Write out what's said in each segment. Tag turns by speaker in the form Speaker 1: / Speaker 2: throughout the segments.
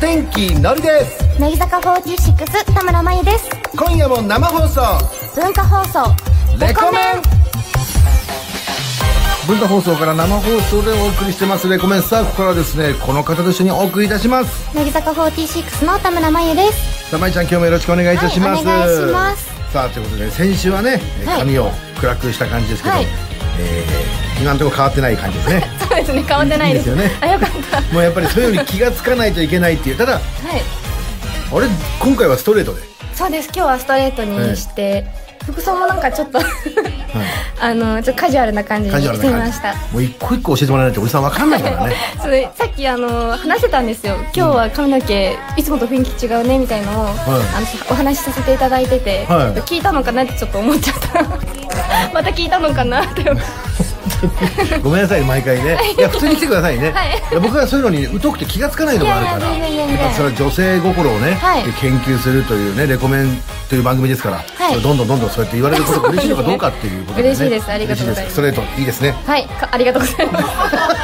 Speaker 1: 元気のりです
Speaker 2: 乃木坂46田村真由です
Speaker 1: 今夜も生放送
Speaker 2: 文化放送
Speaker 1: レコメン文化放送から生放送でお送りしてますレコメンさあここからはですねこの方と一緒にお送りいたします
Speaker 2: 乃木坂46の田村真由です
Speaker 1: さあまいちゃん今日もよろしくお願いいたします、
Speaker 2: はいお願いします
Speaker 1: さあということで先週はね
Speaker 2: はい
Speaker 1: 髪を暗くした感じですけど、
Speaker 2: はい
Speaker 1: えー今のところ変わってない感じですね
Speaker 2: そうですね変わってないです
Speaker 1: いいですよね
Speaker 2: あよかったはい
Speaker 1: もうやっぱりそれより気がつかないといけないっていうただ俺今回はストレートで
Speaker 2: そうです今日はストレートにして、服装もなんかちょっと あのちょっとカジュアルな感じに
Speaker 1: カジュアル
Speaker 2: し
Speaker 1: な
Speaker 2: てみ
Speaker 1: 感
Speaker 2: ま
Speaker 1: じ
Speaker 2: した
Speaker 1: もう一個一個教えてもらわないとおじさんわかんないからね
Speaker 2: それさっきあの話してたんですよ今日は髪の毛いつもと雰囲気違うねみたいのを、あのお話しさせていただいてて、
Speaker 1: はい
Speaker 2: 聞いたのかなってちょっと思っちゃった また聞いたのかなって 思って
Speaker 1: ごめんなさい毎回ねいや普通に来てくださいね、
Speaker 2: はい
Speaker 1: や僕はそういうのに疎くて気がつかないのがあるから
Speaker 2: いやいやいやいやいや
Speaker 1: っぱそれは女性心をね、
Speaker 2: はい
Speaker 1: 研究するというねレコメンという番組ですから、
Speaker 2: はい
Speaker 1: どんどんどんどんそうやって言われることが嬉しいのかどうかっていうことで、ね、
Speaker 2: 嬉しいですありがとうござい
Speaker 1: 嬉しで
Speaker 2: ます
Speaker 1: すストレートいいですね
Speaker 2: はいかありがとうございます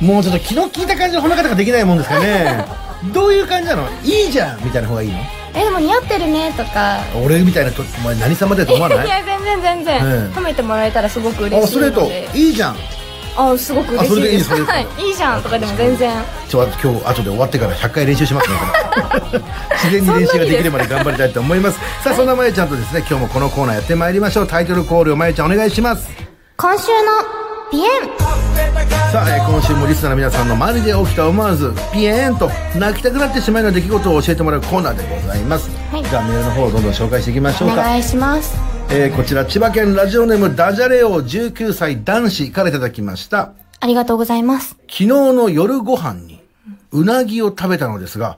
Speaker 1: もうちょっと気の利いた感じの褒め方ができないもんですかねどういう感じなのいいじゃんみたいな方がいいの
Speaker 2: えでも似合ってるねとか
Speaker 1: 俺みたいなとお前何様だよと思わない
Speaker 2: いや全然全然、
Speaker 1: うん
Speaker 2: 褒めてもらえたらすごく嬉
Speaker 1: あ
Speaker 2: しい
Speaker 1: ストレ
Speaker 2: の
Speaker 1: ート
Speaker 2: で
Speaker 1: いいじゃん
Speaker 2: あすごく嬉しいです
Speaker 1: あそれでいいそれで
Speaker 2: はいいいじゃんとかでも全然
Speaker 1: ちょっと今日後で終わってから100回練習しますねこれ自然に練習ができるまで頑張りたいと思いますさあそんなまゆちゃんとですね今日もこのコーナーやってまいりましょうタイトルコールをまゆちゃんお願いします
Speaker 2: 今週のピエン
Speaker 1: さあ、えー今週もリスナーの皆さんの周りで起きた思わずピエーンと泣きたくなってしまうような出来事を教えてもらうコーナーでございます、
Speaker 2: はい
Speaker 1: じゃあメールの方をどんどん紹介していきましょ
Speaker 2: お
Speaker 1: うか
Speaker 2: 願いします
Speaker 1: えーこちら千葉県ラジオネームダジャレ王19歳男子からいただきました
Speaker 2: ありがとうございます
Speaker 1: 昨日の夜ご飯にうなぎを食べたのですが、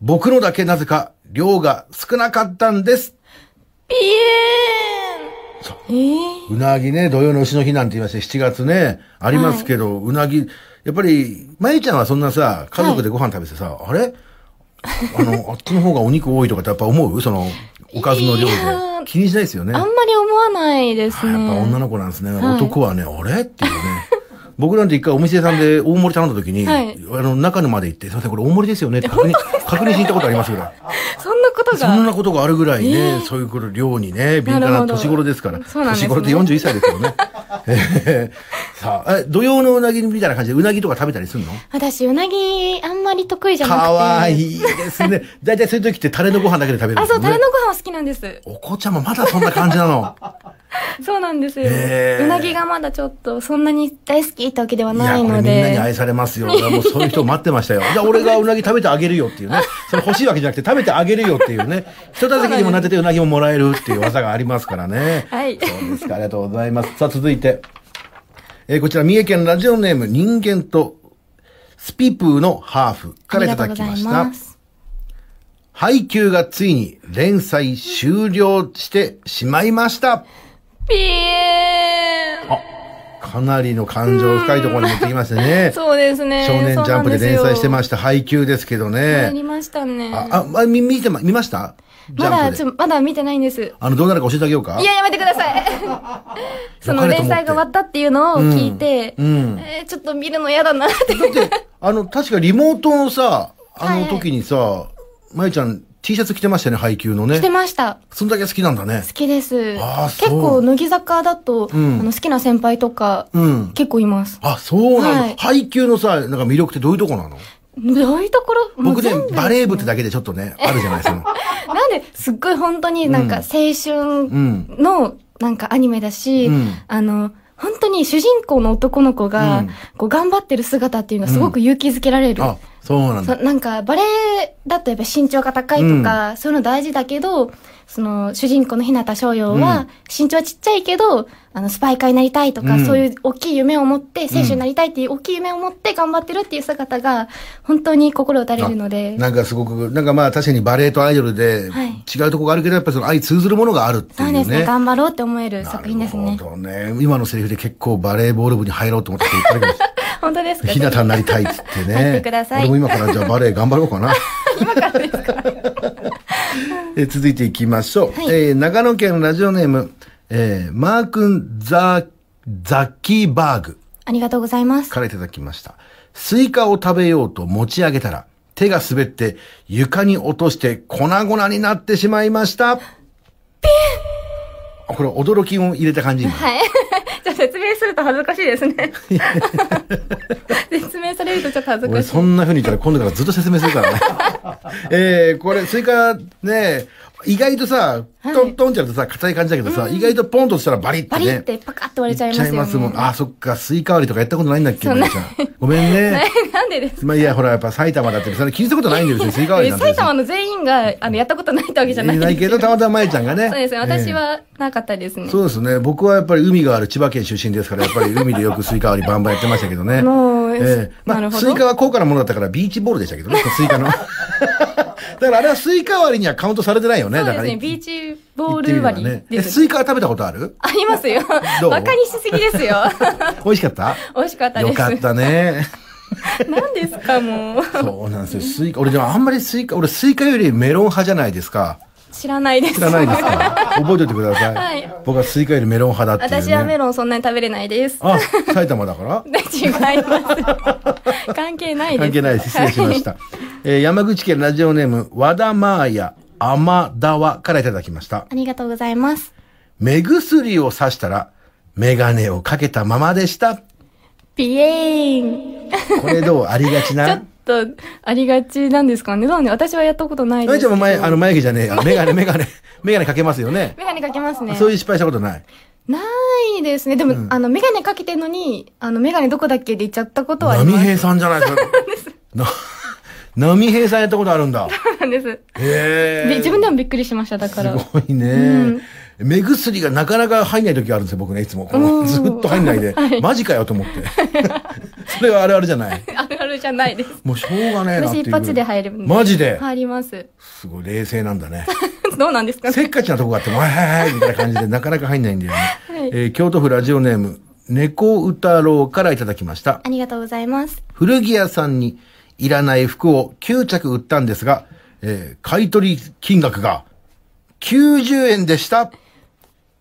Speaker 1: 僕のだけなぜか量が少なかったんです。
Speaker 2: ピエンえ
Speaker 1: うなぎね、土曜の牛の日なんて言いまして、7月ね、ありますけど、うなぎ、やっぱり、まゆちゃんはそんなさ、家族でご飯食べてさ、あれあの、あっちの方がお肉多いとかってやっぱ思うその、おかずの量で
Speaker 2: いや。ー
Speaker 1: 気にしないですよね。
Speaker 2: ーあんまり思わないですね
Speaker 1: やっぱ女の子なんですね。男はね、あれっていうね。 僕なんて一回お店さんで大盛り頼んだ時に、
Speaker 2: はい
Speaker 1: あの、中野まで行って、すいません、これ大盛りですよねって確認、確認しに行ったことありますぐら い。
Speaker 2: そんなこと
Speaker 1: そん
Speaker 2: が
Speaker 1: なことがあるぐらいね、そういうこと量にね、敏感
Speaker 2: なる
Speaker 1: な
Speaker 2: ほど
Speaker 1: 年頃ですから。
Speaker 2: そうなんです
Speaker 1: 年
Speaker 2: ね
Speaker 1: 頃って41歳ですよね。 えーさあ、え土曜のうなぎみたいな感じで、うなぎとか食べたりするの
Speaker 2: 私うなぎあんまり得意じゃなくて
Speaker 1: かわいいですね。だいたいそういう時ってタレのご飯だけで食べるん
Speaker 2: あ
Speaker 1: です
Speaker 2: そ
Speaker 1: よ
Speaker 2: う
Speaker 1: ね。
Speaker 2: タレのご飯は好きなんです
Speaker 1: お子ちゃんもまだそんな感じなの。
Speaker 2: そうなんですよ、
Speaker 1: へー
Speaker 2: うなぎがまだちょっとそんなに大好きってわけではい
Speaker 1: や、
Speaker 2: ない
Speaker 1: これ
Speaker 2: の
Speaker 1: みん
Speaker 2: で
Speaker 1: なに愛されますよ。もうそういう人待ってま したよ。じゃあ俺がうなぎ食べてあげるよっていうね。それ欲しいわけじゃなくて食べてあげるよっていうね。人助けにもなっててうなぎももらえるっていう技がありますからね。
Speaker 2: はい
Speaker 1: そうですか。ありがとうございます。さあ続いて。えーこちら三重県ラジオネーム人間とスピプーのハーフからいただきました。配給がついに連載終了してしまいました。
Speaker 2: ピエン
Speaker 1: かなりの感情深いところに持ってきましたね。
Speaker 2: そうですね
Speaker 1: 少年ジャンプで連載してま
Speaker 2: し
Speaker 1: した配給ですけど
Speaker 2: たやり
Speaker 1: ね。
Speaker 2: ましたね
Speaker 1: あ、あ、ま見見てま、見ましたジャン
Speaker 2: まだ
Speaker 1: プ
Speaker 2: ち
Speaker 1: で。
Speaker 2: ょまだ見てないんですい
Speaker 1: あの、どうなるか教えてあげようか
Speaker 2: ややめてく ださいその
Speaker 1: 良かれと思って
Speaker 2: 連載が終わったっていうのを聞いて、
Speaker 1: うん
Speaker 2: えーちょっと見るの嫌だなって
Speaker 1: だって、あの、確かリモートのさ、あ
Speaker 2: はい
Speaker 1: の
Speaker 2: はい
Speaker 1: 時にさ、まゆちゃん T シャツ着てましたよね、配給のね
Speaker 2: して。ました
Speaker 1: そんだけ好きなんだね
Speaker 2: 好。きです
Speaker 1: あーそう
Speaker 2: 結構乃木坂だと、
Speaker 1: ん
Speaker 2: あの好きな先輩とか、
Speaker 1: うん。
Speaker 2: 結構います
Speaker 1: あ、そうなの、
Speaker 2: はい
Speaker 1: 配給のさ、なんか魅力ってどういうとこなの
Speaker 2: どういうところもう
Speaker 1: 僕ね
Speaker 2: 全、部
Speaker 1: バレー部ってだけでちょっとね、あるじゃないですか。
Speaker 2: なんですっごい本当になんか青
Speaker 1: ん
Speaker 2: 春のなんかアニメだし、
Speaker 1: うん
Speaker 2: あの、本当に主人公の男の子
Speaker 1: う
Speaker 2: が
Speaker 1: ん
Speaker 2: こう頑張ってる姿っていうのはすごく勇気づけられる。
Speaker 1: あ、そうなん
Speaker 2: そ
Speaker 1: だ。
Speaker 2: なんかバレエだとやっぱ身長が高いとか、そういうの大事だけど、その主人公の日向翔陽
Speaker 1: う
Speaker 2: は身長はちっちゃいけど、あのスパイカーになりたいとか、
Speaker 1: うん
Speaker 2: そういう大きい夢を持って、選手になりたいっていう大きい夢を持って頑張ってるっていう姿が本当に心打たれるので。
Speaker 1: なんかすごく、なんかまあ確かにバレーとアイドルで
Speaker 2: はい
Speaker 1: 違うとこがあるけど、やっぱりその相通ずるものがあるって
Speaker 2: そ
Speaker 1: いうう
Speaker 2: で
Speaker 1: ね。
Speaker 2: すね。頑張ろうって思える作品です
Speaker 1: な
Speaker 2: ね
Speaker 1: る。ほどね。今のセリフで結構バレーボール部に入ろうと思って言ってるかもしれない
Speaker 2: 本当ですか
Speaker 1: ひなたになりたいっつってね。
Speaker 2: 入ってください
Speaker 1: 俺も今からじゃあバレー頑張ろうかな。え続いていきましょう。
Speaker 2: はい
Speaker 1: えー長野県ラジオネーム、えーマー君ザ、ザッキーバーグ
Speaker 2: ありがとうございます。
Speaker 1: からいただきました。スイカを食べようと持ち上げたら、手が滑って床に落として粉々になってしまいました。あこれ驚きを入れた感じ。
Speaker 2: はい。 じゃあ説明すると恥ずかしいで すね。説明されるとちょっと恥ずか
Speaker 1: 俺
Speaker 2: しい。
Speaker 1: そんな風に言ったら今度からずっと説明するから ね。えー、これ、スイカね、意外とさ、トントンってやるとさ、硬い感じだけどさ、意外とポンとしたらバリッ
Speaker 2: バ
Speaker 1: て
Speaker 2: リ
Speaker 1: ね
Speaker 2: っ。てパカッと割れちゃいます
Speaker 1: ちゃ
Speaker 2: よ、ね。
Speaker 1: いますもん。あ、そっか、スイカ割りとかやったことないんだっけ、みなちゃん。ごめん ね。
Speaker 2: え なんでですか
Speaker 1: まあいや、ほら、やっぱ埼玉だって、それ気にしたことないん ですよ、スイカ割り
Speaker 2: え
Speaker 1: なんて。
Speaker 2: 埼玉の全員があのやったことないってわけじゃない
Speaker 1: い
Speaker 2: んで
Speaker 1: な
Speaker 2: す
Speaker 1: いけど、たまたままえちゃんがね。
Speaker 2: そうですね。私
Speaker 1: え
Speaker 2: はなかったですね。
Speaker 1: えそうですね。僕はやっぱり海がある千葉県出身ですから、やっぱり海でよくスイカ割りバンバンやってましたけどね。
Speaker 2: もう
Speaker 1: ええ
Speaker 2: な
Speaker 1: ま
Speaker 2: る
Speaker 1: あ、
Speaker 2: ほど
Speaker 1: スイカは高価なものだったから、ビーチボールでしたけどね、スイカの。 だからあれはスイカ割りにはカウントされてないよね、
Speaker 2: そう
Speaker 1: だ
Speaker 2: で
Speaker 1: か
Speaker 2: す
Speaker 1: ら。
Speaker 2: ね。ビーチボール割り
Speaker 1: え
Speaker 2: です、
Speaker 1: スイカは食べたことある
Speaker 2: ありますよ。
Speaker 1: どう
Speaker 2: バカにしす ぎですよ。
Speaker 1: 美味しかった
Speaker 2: 美味しかったです。
Speaker 1: よかったね。
Speaker 2: 何ですか、もう。
Speaker 1: そうなんですよ。スイカ、俺でもあんまりスイカ、俺スイカよりメロン派じゃないですか。
Speaker 2: 知らないです。
Speaker 1: 知らないです か覚えておいてください。
Speaker 2: はい
Speaker 1: 僕はスイカよりメロン派だっていう、ね。
Speaker 2: 私はメロンそんなに食べれないです。
Speaker 1: あ、埼玉だから
Speaker 2: で 違います。関係ないです。
Speaker 1: 関係ないです。失礼しました。えー山口県ラジオネーム、和田マーヤ、甘だわからいただきました。
Speaker 2: ありがとうございます。
Speaker 1: 目薬をさしたら、メガネをかけたままでした。
Speaker 2: ピエーン。
Speaker 1: これどうありがち
Speaker 2: ちょ
Speaker 1: な
Speaker 2: っ。と、ありがちなんですかね。そうね。私はやったことない
Speaker 1: あ
Speaker 2: です
Speaker 1: い
Speaker 2: け
Speaker 1: ちゃ
Speaker 2: ど。
Speaker 1: んも前、あの、眉毛じゃねえ や。メガネ、メガネ、メガネかけますよね。
Speaker 2: メガネかけますね。
Speaker 1: そういう失敗したことない。
Speaker 2: ないですね。でも、あの、メガネかけてんのに、あの、メガネどこだっけで言っちゃったことはあり
Speaker 1: 波
Speaker 2: ます。
Speaker 1: 平さんじゃないですか。な、波平さんやったことあるんだ。
Speaker 2: そうなんです。
Speaker 1: へえ。
Speaker 2: で、自分でもびっくりしました。だから。
Speaker 1: すごいね、目薬がなかなか入んない時があるんですよ、僕ね、いつも。こ
Speaker 2: お
Speaker 1: の
Speaker 2: ー
Speaker 1: ずっと入んない で、マジかよと思って。 それはあるあるじゃない。
Speaker 2: あるあるじゃないです。
Speaker 1: もうしょうがねえなって
Speaker 2: 私
Speaker 1: いう。
Speaker 2: 一発で入るん
Speaker 1: マジで、
Speaker 2: 入ります。
Speaker 1: すごい冷静なんだね。
Speaker 2: どうなんですか
Speaker 1: せっ
Speaker 2: ね。
Speaker 1: かちなとこがあって、わいはいはいみたいな感じで、なかなか入んないんだよね。
Speaker 2: はい
Speaker 1: えー京都府ラジオネーム、猫歌郎からいただきました。
Speaker 2: ありがとうございます。
Speaker 1: 古着屋さんにいらない服を9着売ったんですが、えー買い取り金額が90円でした。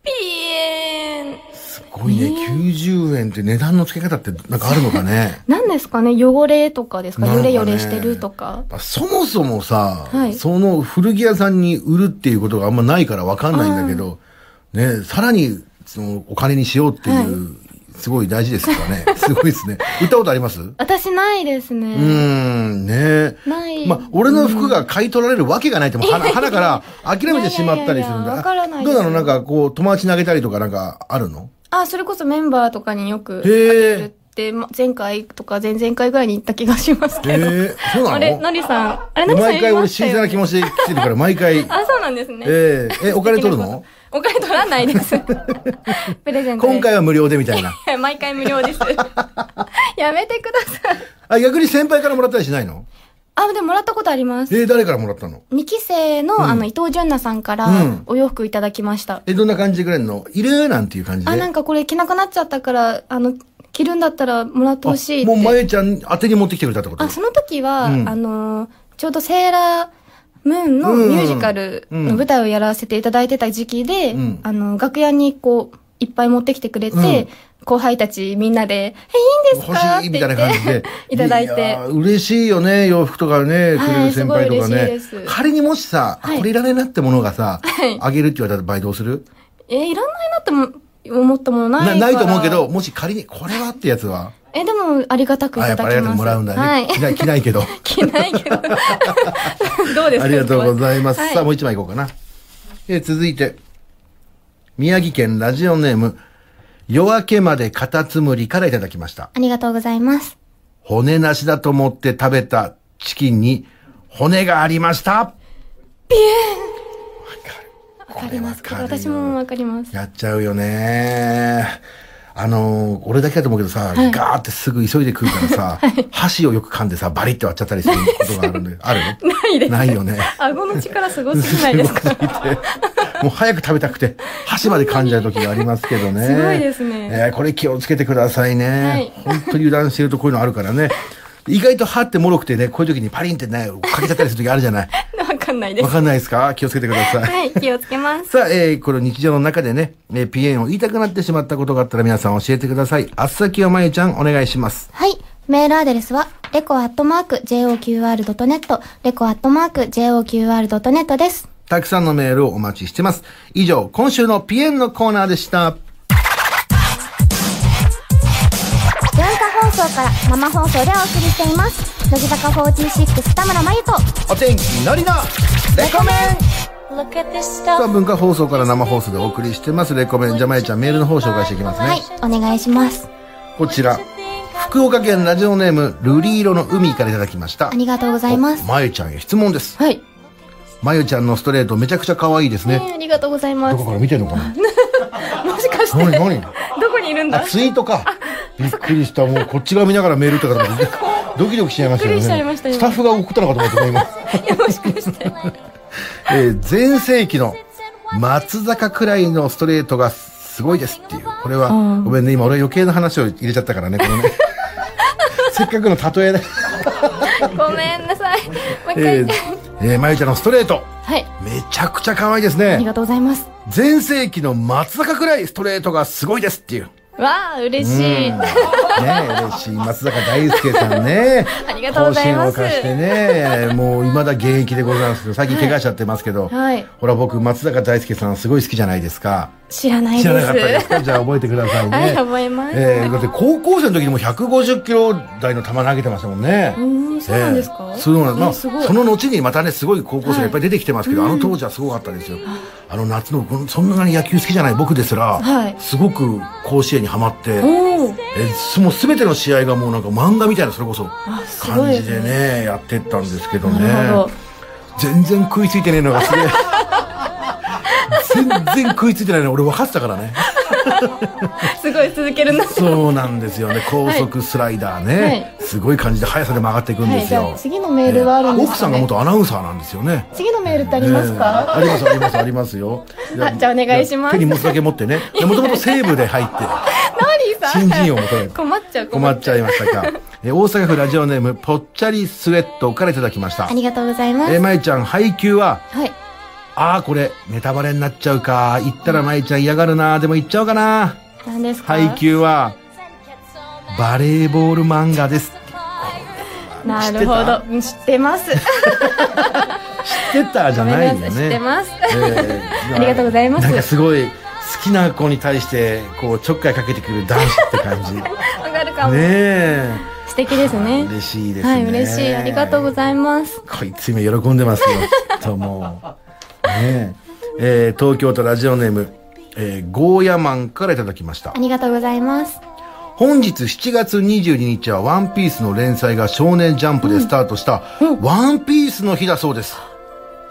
Speaker 2: ピエーン。
Speaker 1: すごいね、90円って値段の付け方ってなんかあるのか ね。
Speaker 2: 何ですかね汚れとかですか
Speaker 1: なんか
Speaker 2: ヨ
Speaker 1: ね
Speaker 2: レヨレしてるとか。
Speaker 1: そもそもさ、
Speaker 2: はい
Speaker 1: その古着屋さんに売るっていうことがあんまないからわかんないんだけど、ね、さらにそのお金にしようっていう、すごい大事ですから ね。すごいですね。売ったことありますう
Speaker 2: 私ないです
Speaker 1: ー
Speaker 2: ね。
Speaker 1: ん、ね
Speaker 2: ない
Speaker 1: まあ、俺の服が買い取られるわけがないって、もうはな腹から諦めてしまったりするん
Speaker 2: いやいやいや
Speaker 1: だ。
Speaker 2: わからない
Speaker 1: ど
Speaker 2: で
Speaker 1: う
Speaker 2: す
Speaker 1: なのなんかこう、友達にあげたりとかなんかあるの
Speaker 2: あ、それこそメンバーとかによ
Speaker 1: へ
Speaker 2: く
Speaker 1: ー
Speaker 2: あげるって、ま前回とか前々回ぐらいに行った気がします
Speaker 1: ええ
Speaker 2: け
Speaker 1: そう
Speaker 2: ど。
Speaker 1: なの
Speaker 2: あれ、のりさん。あれ、のりさん
Speaker 1: 毎回
Speaker 2: 言い
Speaker 1: 俺
Speaker 2: ました
Speaker 1: 新
Speaker 2: よ
Speaker 1: 鮮な気持ちで来てるから、毎回。
Speaker 2: あ、そうなん ですね。
Speaker 1: えええ、お金取るの
Speaker 2: お金取らな いです。プレゼントで。
Speaker 1: 今回は無料でみたいな。
Speaker 2: 毎回無料です。 やめてください。
Speaker 1: あ、逆に先輩からもらったりしないの
Speaker 2: あ、でももらったことあります。
Speaker 1: えー、誰からもらったの
Speaker 2: 2期生の、あの、伊藤純奈さんから、
Speaker 1: うん
Speaker 2: お洋服いただきました。
Speaker 1: え、どんな感じでくれんのいるなんていう感じで。
Speaker 2: あ、なんかこれ着なくなっちゃったから、あの、着るんだったらもらってほしいっ
Speaker 1: あも
Speaker 2: て。
Speaker 1: う、まゆちゃん当てに持ってきてくれたってこと
Speaker 2: あ、その時は、
Speaker 1: うん
Speaker 2: あのー、ちょうどセーラームーンのミュージカルの舞台をやらせていただいてた時期で、
Speaker 1: うん
Speaker 2: あの、楽屋にこう、いっぱい持ってきてくれて、
Speaker 1: うん
Speaker 2: 後輩たちみんなで、え、いいんです
Speaker 1: 欲
Speaker 2: かっ
Speaker 1: してい
Speaker 2: 言
Speaker 1: み
Speaker 2: って。
Speaker 1: たいな感じで
Speaker 2: いただいて
Speaker 1: や。ー嬉しいよね、洋服とかね、くれ
Speaker 2: は
Speaker 1: る
Speaker 2: い
Speaker 1: 先輩とか
Speaker 2: すごい
Speaker 1: ね
Speaker 2: 嬉しいで。す
Speaker 1: 仮にもしさ、あ
Speaker 2: はい
Speaker 1: これいらねえなってものがさ
Speaker 2: はい、
Speaker 1: あげるって言われたら場合どうする
Speaker 2: え、いらないなっても思ったものないか
Speaker 1: な
Speaker 2: ら
Speaker 1: ないと思うけど、。もし仮にこれはってやつは、
Speaker 2: え、でも、ありがたくい
Speaker 1: あ、や
Speaker 2: た
Speaker 1: っぱ
Speaker 2: だ
Speaker 1: りあ
Speaker 2: き
Speaker 1: りがとう
Speaker 2: ます。
Speaker 1: もらうんだ
Speaker 2: は
Speaker 1: ね
Speaker 2: い。。
Speaker 1: 着ない着ないけど。
Speaker 2: 着ないけど。 どうですか
Speaker 1: ありがとうございます。
Speaker 2: はい
Speaker 1: さあ、もう一枚いこうかな。えー続いて、宮城県ラジオネーム、夜明けまでカタツムリからいただきました。
Speaker 2: ありがとうございます。
Speaker 1: 骨なしだと思って食べたチキンに骨がありました。
Speaker 2: わかります。
Speaker 1: これわかるよ
Speaker 2: 私もわかります。
Speaker 1: やっちゃうよね。あのー俺だけだと思うけどさ、ガーってすぐ急いで食うから さ、箸をよく噛んでさ、バリって割っちゃったりすることがあるんで、ある
Speaker 2: ないです。
Speaker 1: ないよね。
Speaker 2: 顎の力すごすぎないですか
Speaker 1: もう早く食べたくて、箸まで噛んじゃう時がありますけどね。
Speaker 2: すごいですね
Speaker 1: えーこれ気をつけてくださいね。
Speaker 2: はい
Speaker 1: 本当に油断してるとこういうのあるからね。意外と歯ってもろくてね、こういう時にパリンってね、かけちゃったりする時あるじゃ ない。
Speaker 2: わかんないで
Speaker 1: わ
Speaker 2: す。
Speaker 1: かんないですか気をつけてください。
Speaker 2: はい、気をつけます。
Speaker 1: さあ、えーこの日常の中でね、えー、ピエンを言いたくなってしまったことがあったら皆さん教えてください。あっさきをまゆちゃん、お願いします。
Speaker 2: はい。
Speaker 3: メールアドレスは、レコアットマーク JOQR.net、レコアットマーク JOQR.net です。
Speaker 1: たくさんのメールをお待ちしてます。以上、今週のピエンのコーナーでした。
Speaker 3: 文化放送から生放送でお送りしています。乃木坂46田村真由と、
Speaker 1: お天気のりのレコメンさあ、文化放送から生放送でお送りしてます。レコメン。じゃあ、まゆちゃん、メールの方を紹介していきますね。
Speaker 3: はい、お願いします。
Speaker 1: こちら、福岡県ラジオネーム、ルリーロの海からいただきました。
Speaker 3: ありがとうござ
Speaker 1: と
Speaker 3: います。
Speaker 1: まゆちゃんへ質問です。
Speaker 2: はい。
Speaker 1: まゆちゃんのストレートめちゃくちゃ可愛いですね。
Speaker 2: ねありがとうございま
Speaker 1: ど
Speaker 2: す
Speaker 1: こ。から見てんのかな
Speaker 2: もしかして、
Speaker 1: 何何
Speaker 2: どこにいるん
Speaker 1: あ、
Speaker 2: だ
Speaker 1: ツイートか。びっくりした。もうこっち側見ながらメール打ったから、ドキドキしちゃいましたよ
Speaker 2: びっくりしちゃいま
Speaker 1: ね。
Speaker 2: したよ
Speaker 1: スタッフが送ったのかと思ってね、今。
Speaker 2: いや、もし かして。
Speaker 1: えー前世紀の松坂くらいのストレートがすごいですっていう。これは、ごめんね、今俺余計な話を入れちゃったからね、これ ね。せっかくの例えで。
Speaker 2: ごめんなさい。もう一回。
Speaker 1: えーえーまゆちゃんのストレート。
Speaker 2: はい。
Speaker 1: めちゃくちゃ可愛いです
Speaker 3: あり
Speaker 1: ね。
Speaker 3: がとうございます。
Speaker 1: 前世紀の松坂くらいストレートがすごいですっていう。
Speaker 2: わあ、嬉しい。
Speaker 1: ねえ、嬉しい。松坂大輔さんね。
Speaker 2: ありがとうございます
Speaker 1: 更新を犯してね。もう、未だ現役でございますけど、最近怪我しちゃってますけど。
Speaker 2: はい
Speaker 1: ほら、僕、松坂大輔さんすごい好きじゃないですか。
Speaker 2: 知らない
Speaker 1: 知ら
Speaker 2: で
Speaker 1: なかったです
Speaker 2: す。
Speaker 1: かじゃあ覚えてくださいね。
Speaker 2: はい覚えます
Speaker 1: えーだって高校生の時にもう150キロ台の球投げてましたもんね。
Speaker 2: うん、そうなんですか
Speaker 1: ええそうなんまあ、
Speaker 2: す
Speaker 1: そ
Speaker 2: ごい。
Speaker 1: の後にまたね、すごい高校生がいっぱい出てきてますけど、あの当時はすごかったですよ。あの夏の、こんそんなに野球好きじゃない僕ですら、
Speaker 2: はい
Speaker 1: すごく甲子園にはまって、
Speaker 2: おー
Speaker 1: えすもう全ての試合がもうなんか漫画みたいなそれこそ
Speaker 2: すご
Speaker 1: 感
Speaker 2: い
Speaker 1: じ
Speaker 2: ですね
Speaker 1: でねやってったんですけどね
Speaker 2: なるほど。
Speaker 1: 全然食いついてねえのがすげえ 全然食いついてないの俺分かってたからね
Speaker 2: すごい続けるな。
Speaker 1: そうなんですよね高速スライダーね、
Speaker 2: はい
Speaker 1: すごい感じで速さで曲がっていくん
Speaker 2: は
Speaker 1: で
Speaker 2: い、
Speaker 1: す
Speaker 2: じ
Speaker 1: よ、
Speaker 2: ゃあ次のメールはあるんです
Speaker 1: 奥さ
Speaker 2: か、
Speaker 1: ん
Speaker 2: ね
Speaker 1: が元アナウンサーなんですよね
Speaker 2: 次のメールってありますか、
Speaker 1: ええありますありますありますよ
Speaker 2: あじゃあお願いします
Speaker 1: 手に持つだけ持ってねもともと西部で入 って
Speaker 2: 何さ
Speaker 1: 新人王も 取れる
Speaker 2: 困っちゃう、
Speaker 1: 困っちゃいましたか。えー大阪府ラジオネーム、ぽっちゃりスウェットからいただきました
Speaker 3: あ。りがとうございます。
Speaker 1: えー、まゆちゃん、配給は、
Speaker 3: はい。
Speaker 1: あーこれ、ネタバレになっちゃうか。言ったらまゆちゃん嫌がるな。でも言っちゃおうかな。
Speaker 2: 何ですか
Speaker 1: 配給は、バレーボール漫画です。
Speaker 2: なるほど。うん知ってます。
Speaker 1: 知ってたじゃないよ
Speaker 2: ご
Speaker 1: ね。
Speaker 2: めんなさい知ってます
Speaker 1: えー
Speaker 2: ありがとうございます
Speaker 1: なんかすごい、好きな子に対して、こう、ちょっかいかけてくる男子って 感じ。ね
Speaker 2: わかるかも。
Speaker 1: え。
Speaker 2: 素敵ですね。
Speaker 1: 嬉しいですね。
Speaker 2: はい、嬉しい。ありがとうございます。
Speaker 1: こいつ今喜んでますよ。きっともう。ねえ。えー東京都ラジオネーム、えーゴーヤマンからいただきました
Speaker 3: あ。りがとうございます。
Speaker 1: 本日7月22日はワンピースの連載が少年ジャンプでスタートした、ワンピースの日だそうです。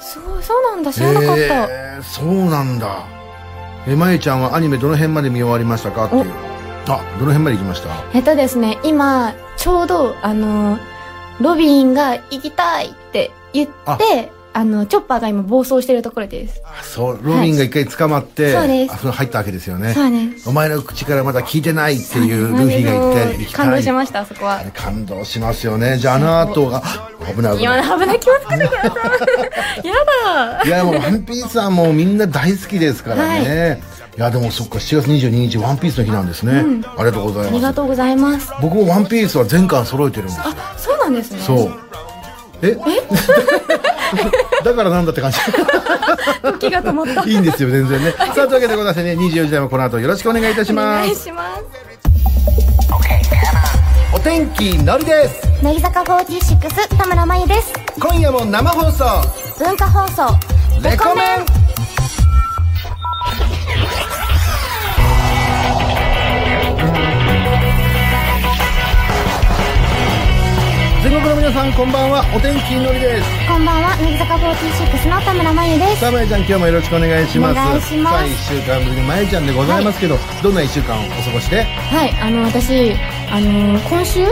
Speaker 3: すごい、そうなんだ。知らなかった。
Speaker 1: えーそうなんだ。えー、まゆちゃんはアニメどの辺まで見終わりましたかっていう。あ、どの辺まで行きました
Speaker 3: えっとですね、今、ちょうど、あの、ロビンが行きたいって言って、あの、チョッパーが今暴走してるところです。
Speaker 1: あそう、ロビンが一回捕まって、
Speaker 3: はいそうです
Speaker 1: あそれ入ったわけですよね。
Speaker 3: そうです
Speaker 1: お前の口からまだ聞いてないっていうルフィが言って、行きたい。
Speaker 2: 感動しました、あそこは。
Speaker 1: 感動しますよね。じゃあ、あの後が、危ない危
Speaker 2: 今
Speaker 1: ない。
Speaker 2: の危ない気をつけてくださ い。やだ。
Speaker 1: いや、もう、ワンピースはもうみんな大好きですからね。い、や、でもそっか、7月22日、ワンピースの日なんですね。ありがとうござ
Speaker 3: あ
Speaker 1: いま
Speaker 3: りが
Speaker 1: す。
Speaker 3: とうございます。
Speaker 1: 僕もワンピースは全巻揃えてるんですよ。
Speaker 2: あ、そうなんですね。
Speaker 1: そう。え だからなんだって感じ。
Speaker 2: 時が止まった。
Speaker 1: いいんですよ、全然ね。さあ、というわけでございましてね、24時台もこの後よろしくお願いいたし
Speaker 2: お
Speaker 1: ま
Speaker 2: 願い
Speaker 1: す。
Speaker 2: します。
Speaker 1: お天気、のりです。
Speaker 3: 乃木坂46、田村真由です。
Speaker 1: 今夜も生放送、
Speaker 3: 文化放送、
Speaker 1: レコメン全国の皆さんこんばんはお天気のりです
Speaker 3: こんばんは、乃木坂46の田村真由です。
Speaker 1: さあまゆちゃん今日もよろしくお願いします
Speaker 3: お願いし
Speaker 1: さ
Speaker 3: ま
Speaker 1: あ
Speaker 3: す
Speaker 1: 1週間ぶりにまゆちゃんでございますけど、どんな1週間をお過ごしで
Speaker 3: はい、あの、私、あの、今週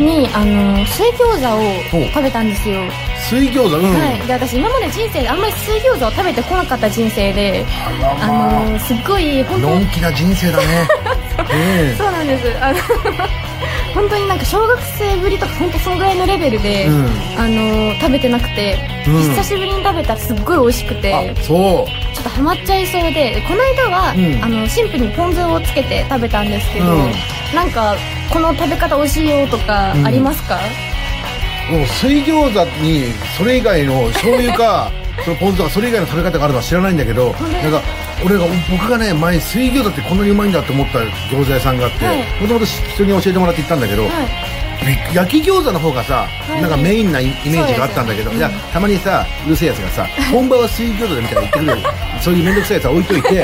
Speaker 3: に、あの、水餃子を食べたんですよ。
Speaker 1: 水餃子うん、
Speaker 3: はい、で私今まで人生であんまり水餃子を食べてこなかった人生で
Speaker 1: あらま
Speaker 3: あのーすっごい
Speaker 1: あ
Speaker 3: 本当
Speaker 1: の
Speaker 3: に
Speaker 1: んきな人生だ ねえ
Speaker 3: そうなんですあの 本当になんか小学生ぶりとか本当そのぐらいのレベルで、
Speaker 1: うん
Speaker 3: あのー食べてなくて、
Speaker 1: うん
Speaker 3: 久しぶりに食べたらすっごい美味しく
Speaker 1: え
Speaker 3: て
Speaker 1: あそう
Speaker 3: ちょっとハマっちゃいそうでこの間は、
Speaker 1: うん
Speaker 3: あのシンプルにポン酢をつけて食べたんですけど、
Speaker 1: うん
Speaker 3: なんか
Speaker 2: この食べ方美味しいよとかありますか、
Speaker 1: もう水餃子にそれ以外の醤油 かそのポン酢とかそれ以外の食べ方があるのは知らないんだけどなんか俺が僕がね前水餃子ってこんなにうまいんだと思った餃子屋さんがあって
Speaker 2: はい
Speaker 1: もともと人に教えてもらって行ったんだけど、
Speaker 2: はい
Speaker 1: び焼き餃子の方がさ、
Speaker 2: い
Speaker 1: なんかメインなイイメージがあったんだけど、いやたまにさうるせえやつがさ本場は水餃子でみたいな言ってくる よそういう面倒くさいやつは置いといて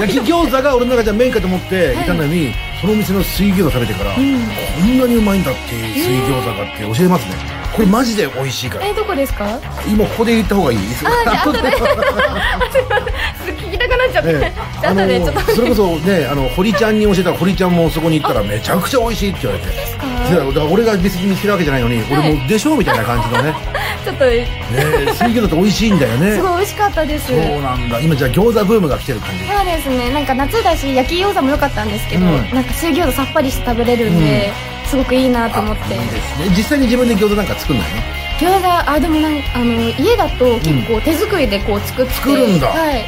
Speaker 1: 焼き餃子が俺の中じゃメインかと思っていたのに、そのお店の水餃子食べてから、こんなにうまいんだっていう水餃子がって教えますねこれマジで美味しいから
Speaker 2: えどこですか
Speaker 1: 今ここで言った方がいいああ 後で
Speaker 2: 聞きたくなっちゃって、
Speaker 1: ええ
Speaker 2: じゃあ後でちょっと
Speaker 1: あのそれこそねあの堀ちゃんに教えたら堀ちゃんもそこに行ったらめちゃくちゃ美味しいって言われて
Speaker 2: すか
Speaker 1: だから俺が別に見つけたわけじゃないのに、俺もでしょみたいな感じの ね
Speaker 2: ちょっと
Speaker 1: ね水餃子って美味しいんだよね
Speaker 2: すごい美味しかったです
Speaker 1: そうなんだ今じゃあ餃子ブームが来てる感じ
Speaker 2: そうですねなんか夏だし焼き餃子も良かったんですけど、
Speaker 1: うん
Speaker 2: なんか水餃子さっぱりして食べれるんで、すごくいいなと思って
Speaker 1: あいいですね実際に自分で餃子なんか作んないの
Speaker 2: 餃子あでもなんあの家だと結構手作りでこう作って、
Speaker 1: 作るんだ
Speaker 2: はい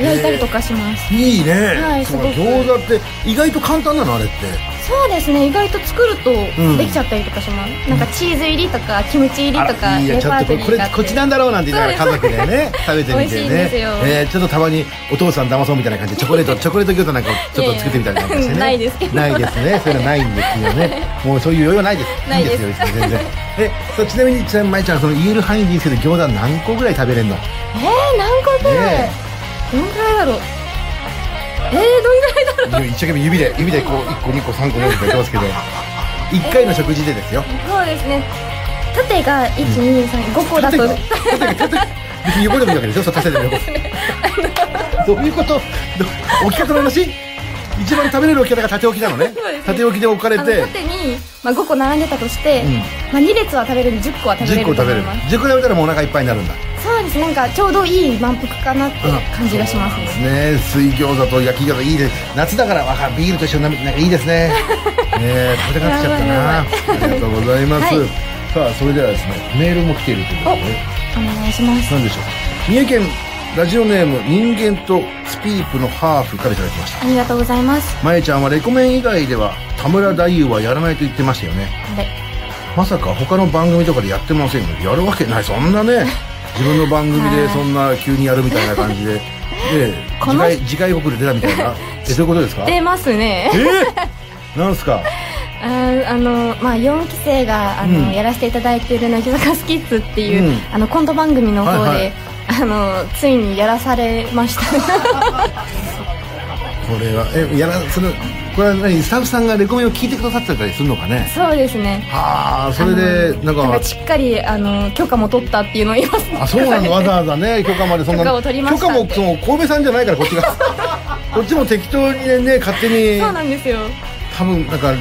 Speaker 2: 焼いたりとかします、
Speaker 1: いいね、
Speaker 2: はい
Speaker 1: そうか
Speaker 2: すごく
Speaker 1: 餃子って意外と簡単なのあれって
Speaker 2: そうですね意外と作ると
Speaker 1: ん
Speaker 2: できちゃったりとかします、なんかチーズ入りとかキムチ入りと
Speaker 1: あら
Speaker 2: か
Speaker 1: いいや
Speaker 2: レ
Speaker 1: ちょ
Speaker 2: パ
Speaker 1: っと
Speaker 2: ート
Speaker 1: これこ
Speaker 2: リー
Speaker 1: れ
Speaker 2: があって
Speaker 1: こっちなんだろうなんて言いながら家族でね食べてみ
Speaker 2: 美味しい
Speaker 1: て
Speaker 2: んで
Speaker 1: ね
Speaker 2: すよ
Speaker 1: えーちょっとたまにお父さん騙そうみたいな感じでチョコレートチョコレート餃子なんかちょっと作ってみたりなんかしてね
Speaker 2: いやいやないですけど
Speaker 1: ないですねそういうのないんですよ ねもうそういう余裕はないです
Speaker 2: ないです
Speaker 1: んですよ別に全然えそうちなみにちなみにまいちゃんその言える範囲でいいですけど餃子何個ぐらい食べれるの
Speaker 2: えー、何個くらい、
Speaker 1: ね
Speaker 2: どんくらいだろうえー、どんくらいだろう
Speaker 1: 一生懸命指で指でこう1個2個3個持ってやってますけど1回の食事でですよ
Speaker 2: そうですね縦が1235個だと
Speaker 1: 縦が縦が別に横でもいいわけでしょそう縦でも横どういうことど置き方の話一番食べれる置き方が縦置きなのね
Speaker 2: そうですね
Speaker 1: 縦置きで置かれ
Speaker 2: あの
Speaker 1: て
Speaker 2: 縦に、まあ、5個並んでたとして、
Speaker 1: うん
Speaker 2: まあ、2列は食べれる10個は食べれ
Speaker 1: 10個
Speaker 2: る
Speaker 1: 食
Speaker 2: と思
Speaker 1: べれ
Speaker 2: い
Speaker 1: る
Speaker 2: ます
Speaker 1: 10個食べたらもうお腹いっぱいになるんだ
Speaker 2: そうですなんかちょうどいい満腹かなって感じがしますね、
Speaker 1: ねえ水餃子と焼き餃子いいです夏だからわかビールと一緒に飲むなんかいいです ねねえ食べたくなっちゃったなありがとうございます、
Speaker 2: はい
Speaker 1: さあそれではですねメールも来ているということでね
Speaker 2: お願いします
Speaker 1: 何でしょう三重県ラジオネーム人間とスピープのハーフからいただきました
Speaker 2: ありがとうございます
Speaker 1: まえちゃんはレコメン以外では田村太夫はやらないと言ってましたよね
Speaker 2: あれ
Speaker 1: まさか他の番組とかでやってませんよやるわけないそんなね自分の番組でそんな急にやるみたいな感じでで
Speaker 2: こ
Speaker 1: 次
Speaker 2: の
Speaker 1: 回次回国で出たみたい なえそういうことですかえ
Speaker 2: 出ますね
Speaker 1: ー、なんすか
Speaker 2: あーあのまあ、4期生があの、
Speaker 1: うん
Speaker 2: やらせていただいている乃木坂スキッズっていう、
Speaker 1: うん
Speaker 2: あのコント番組の方で、
Speaker 1: はいはい
Speaker 2: あのついにやらされました
Speaker 1: これはえやらそのこれは何スタッフさんがレコメンを聞いてくださってたりするのかね
Speaker 2: そうですね
Speaker 1: はあそれで
Speaker 2: あの
Speaker 1: なんか
Speaker 2: しっかりあの許可も取ったっていうのを言います
Speaker 1: あそう なのわざわざね許可までそんな
Speaker 2: 許可を取りました
Speaker 1: 許可も
Speaker 2: って
Speaker 1: その神戸さんじゃないからこ っちがこっちも適当にね勝手に
Speaker 2: そうなんですよ
Speaker 1: 多分なんか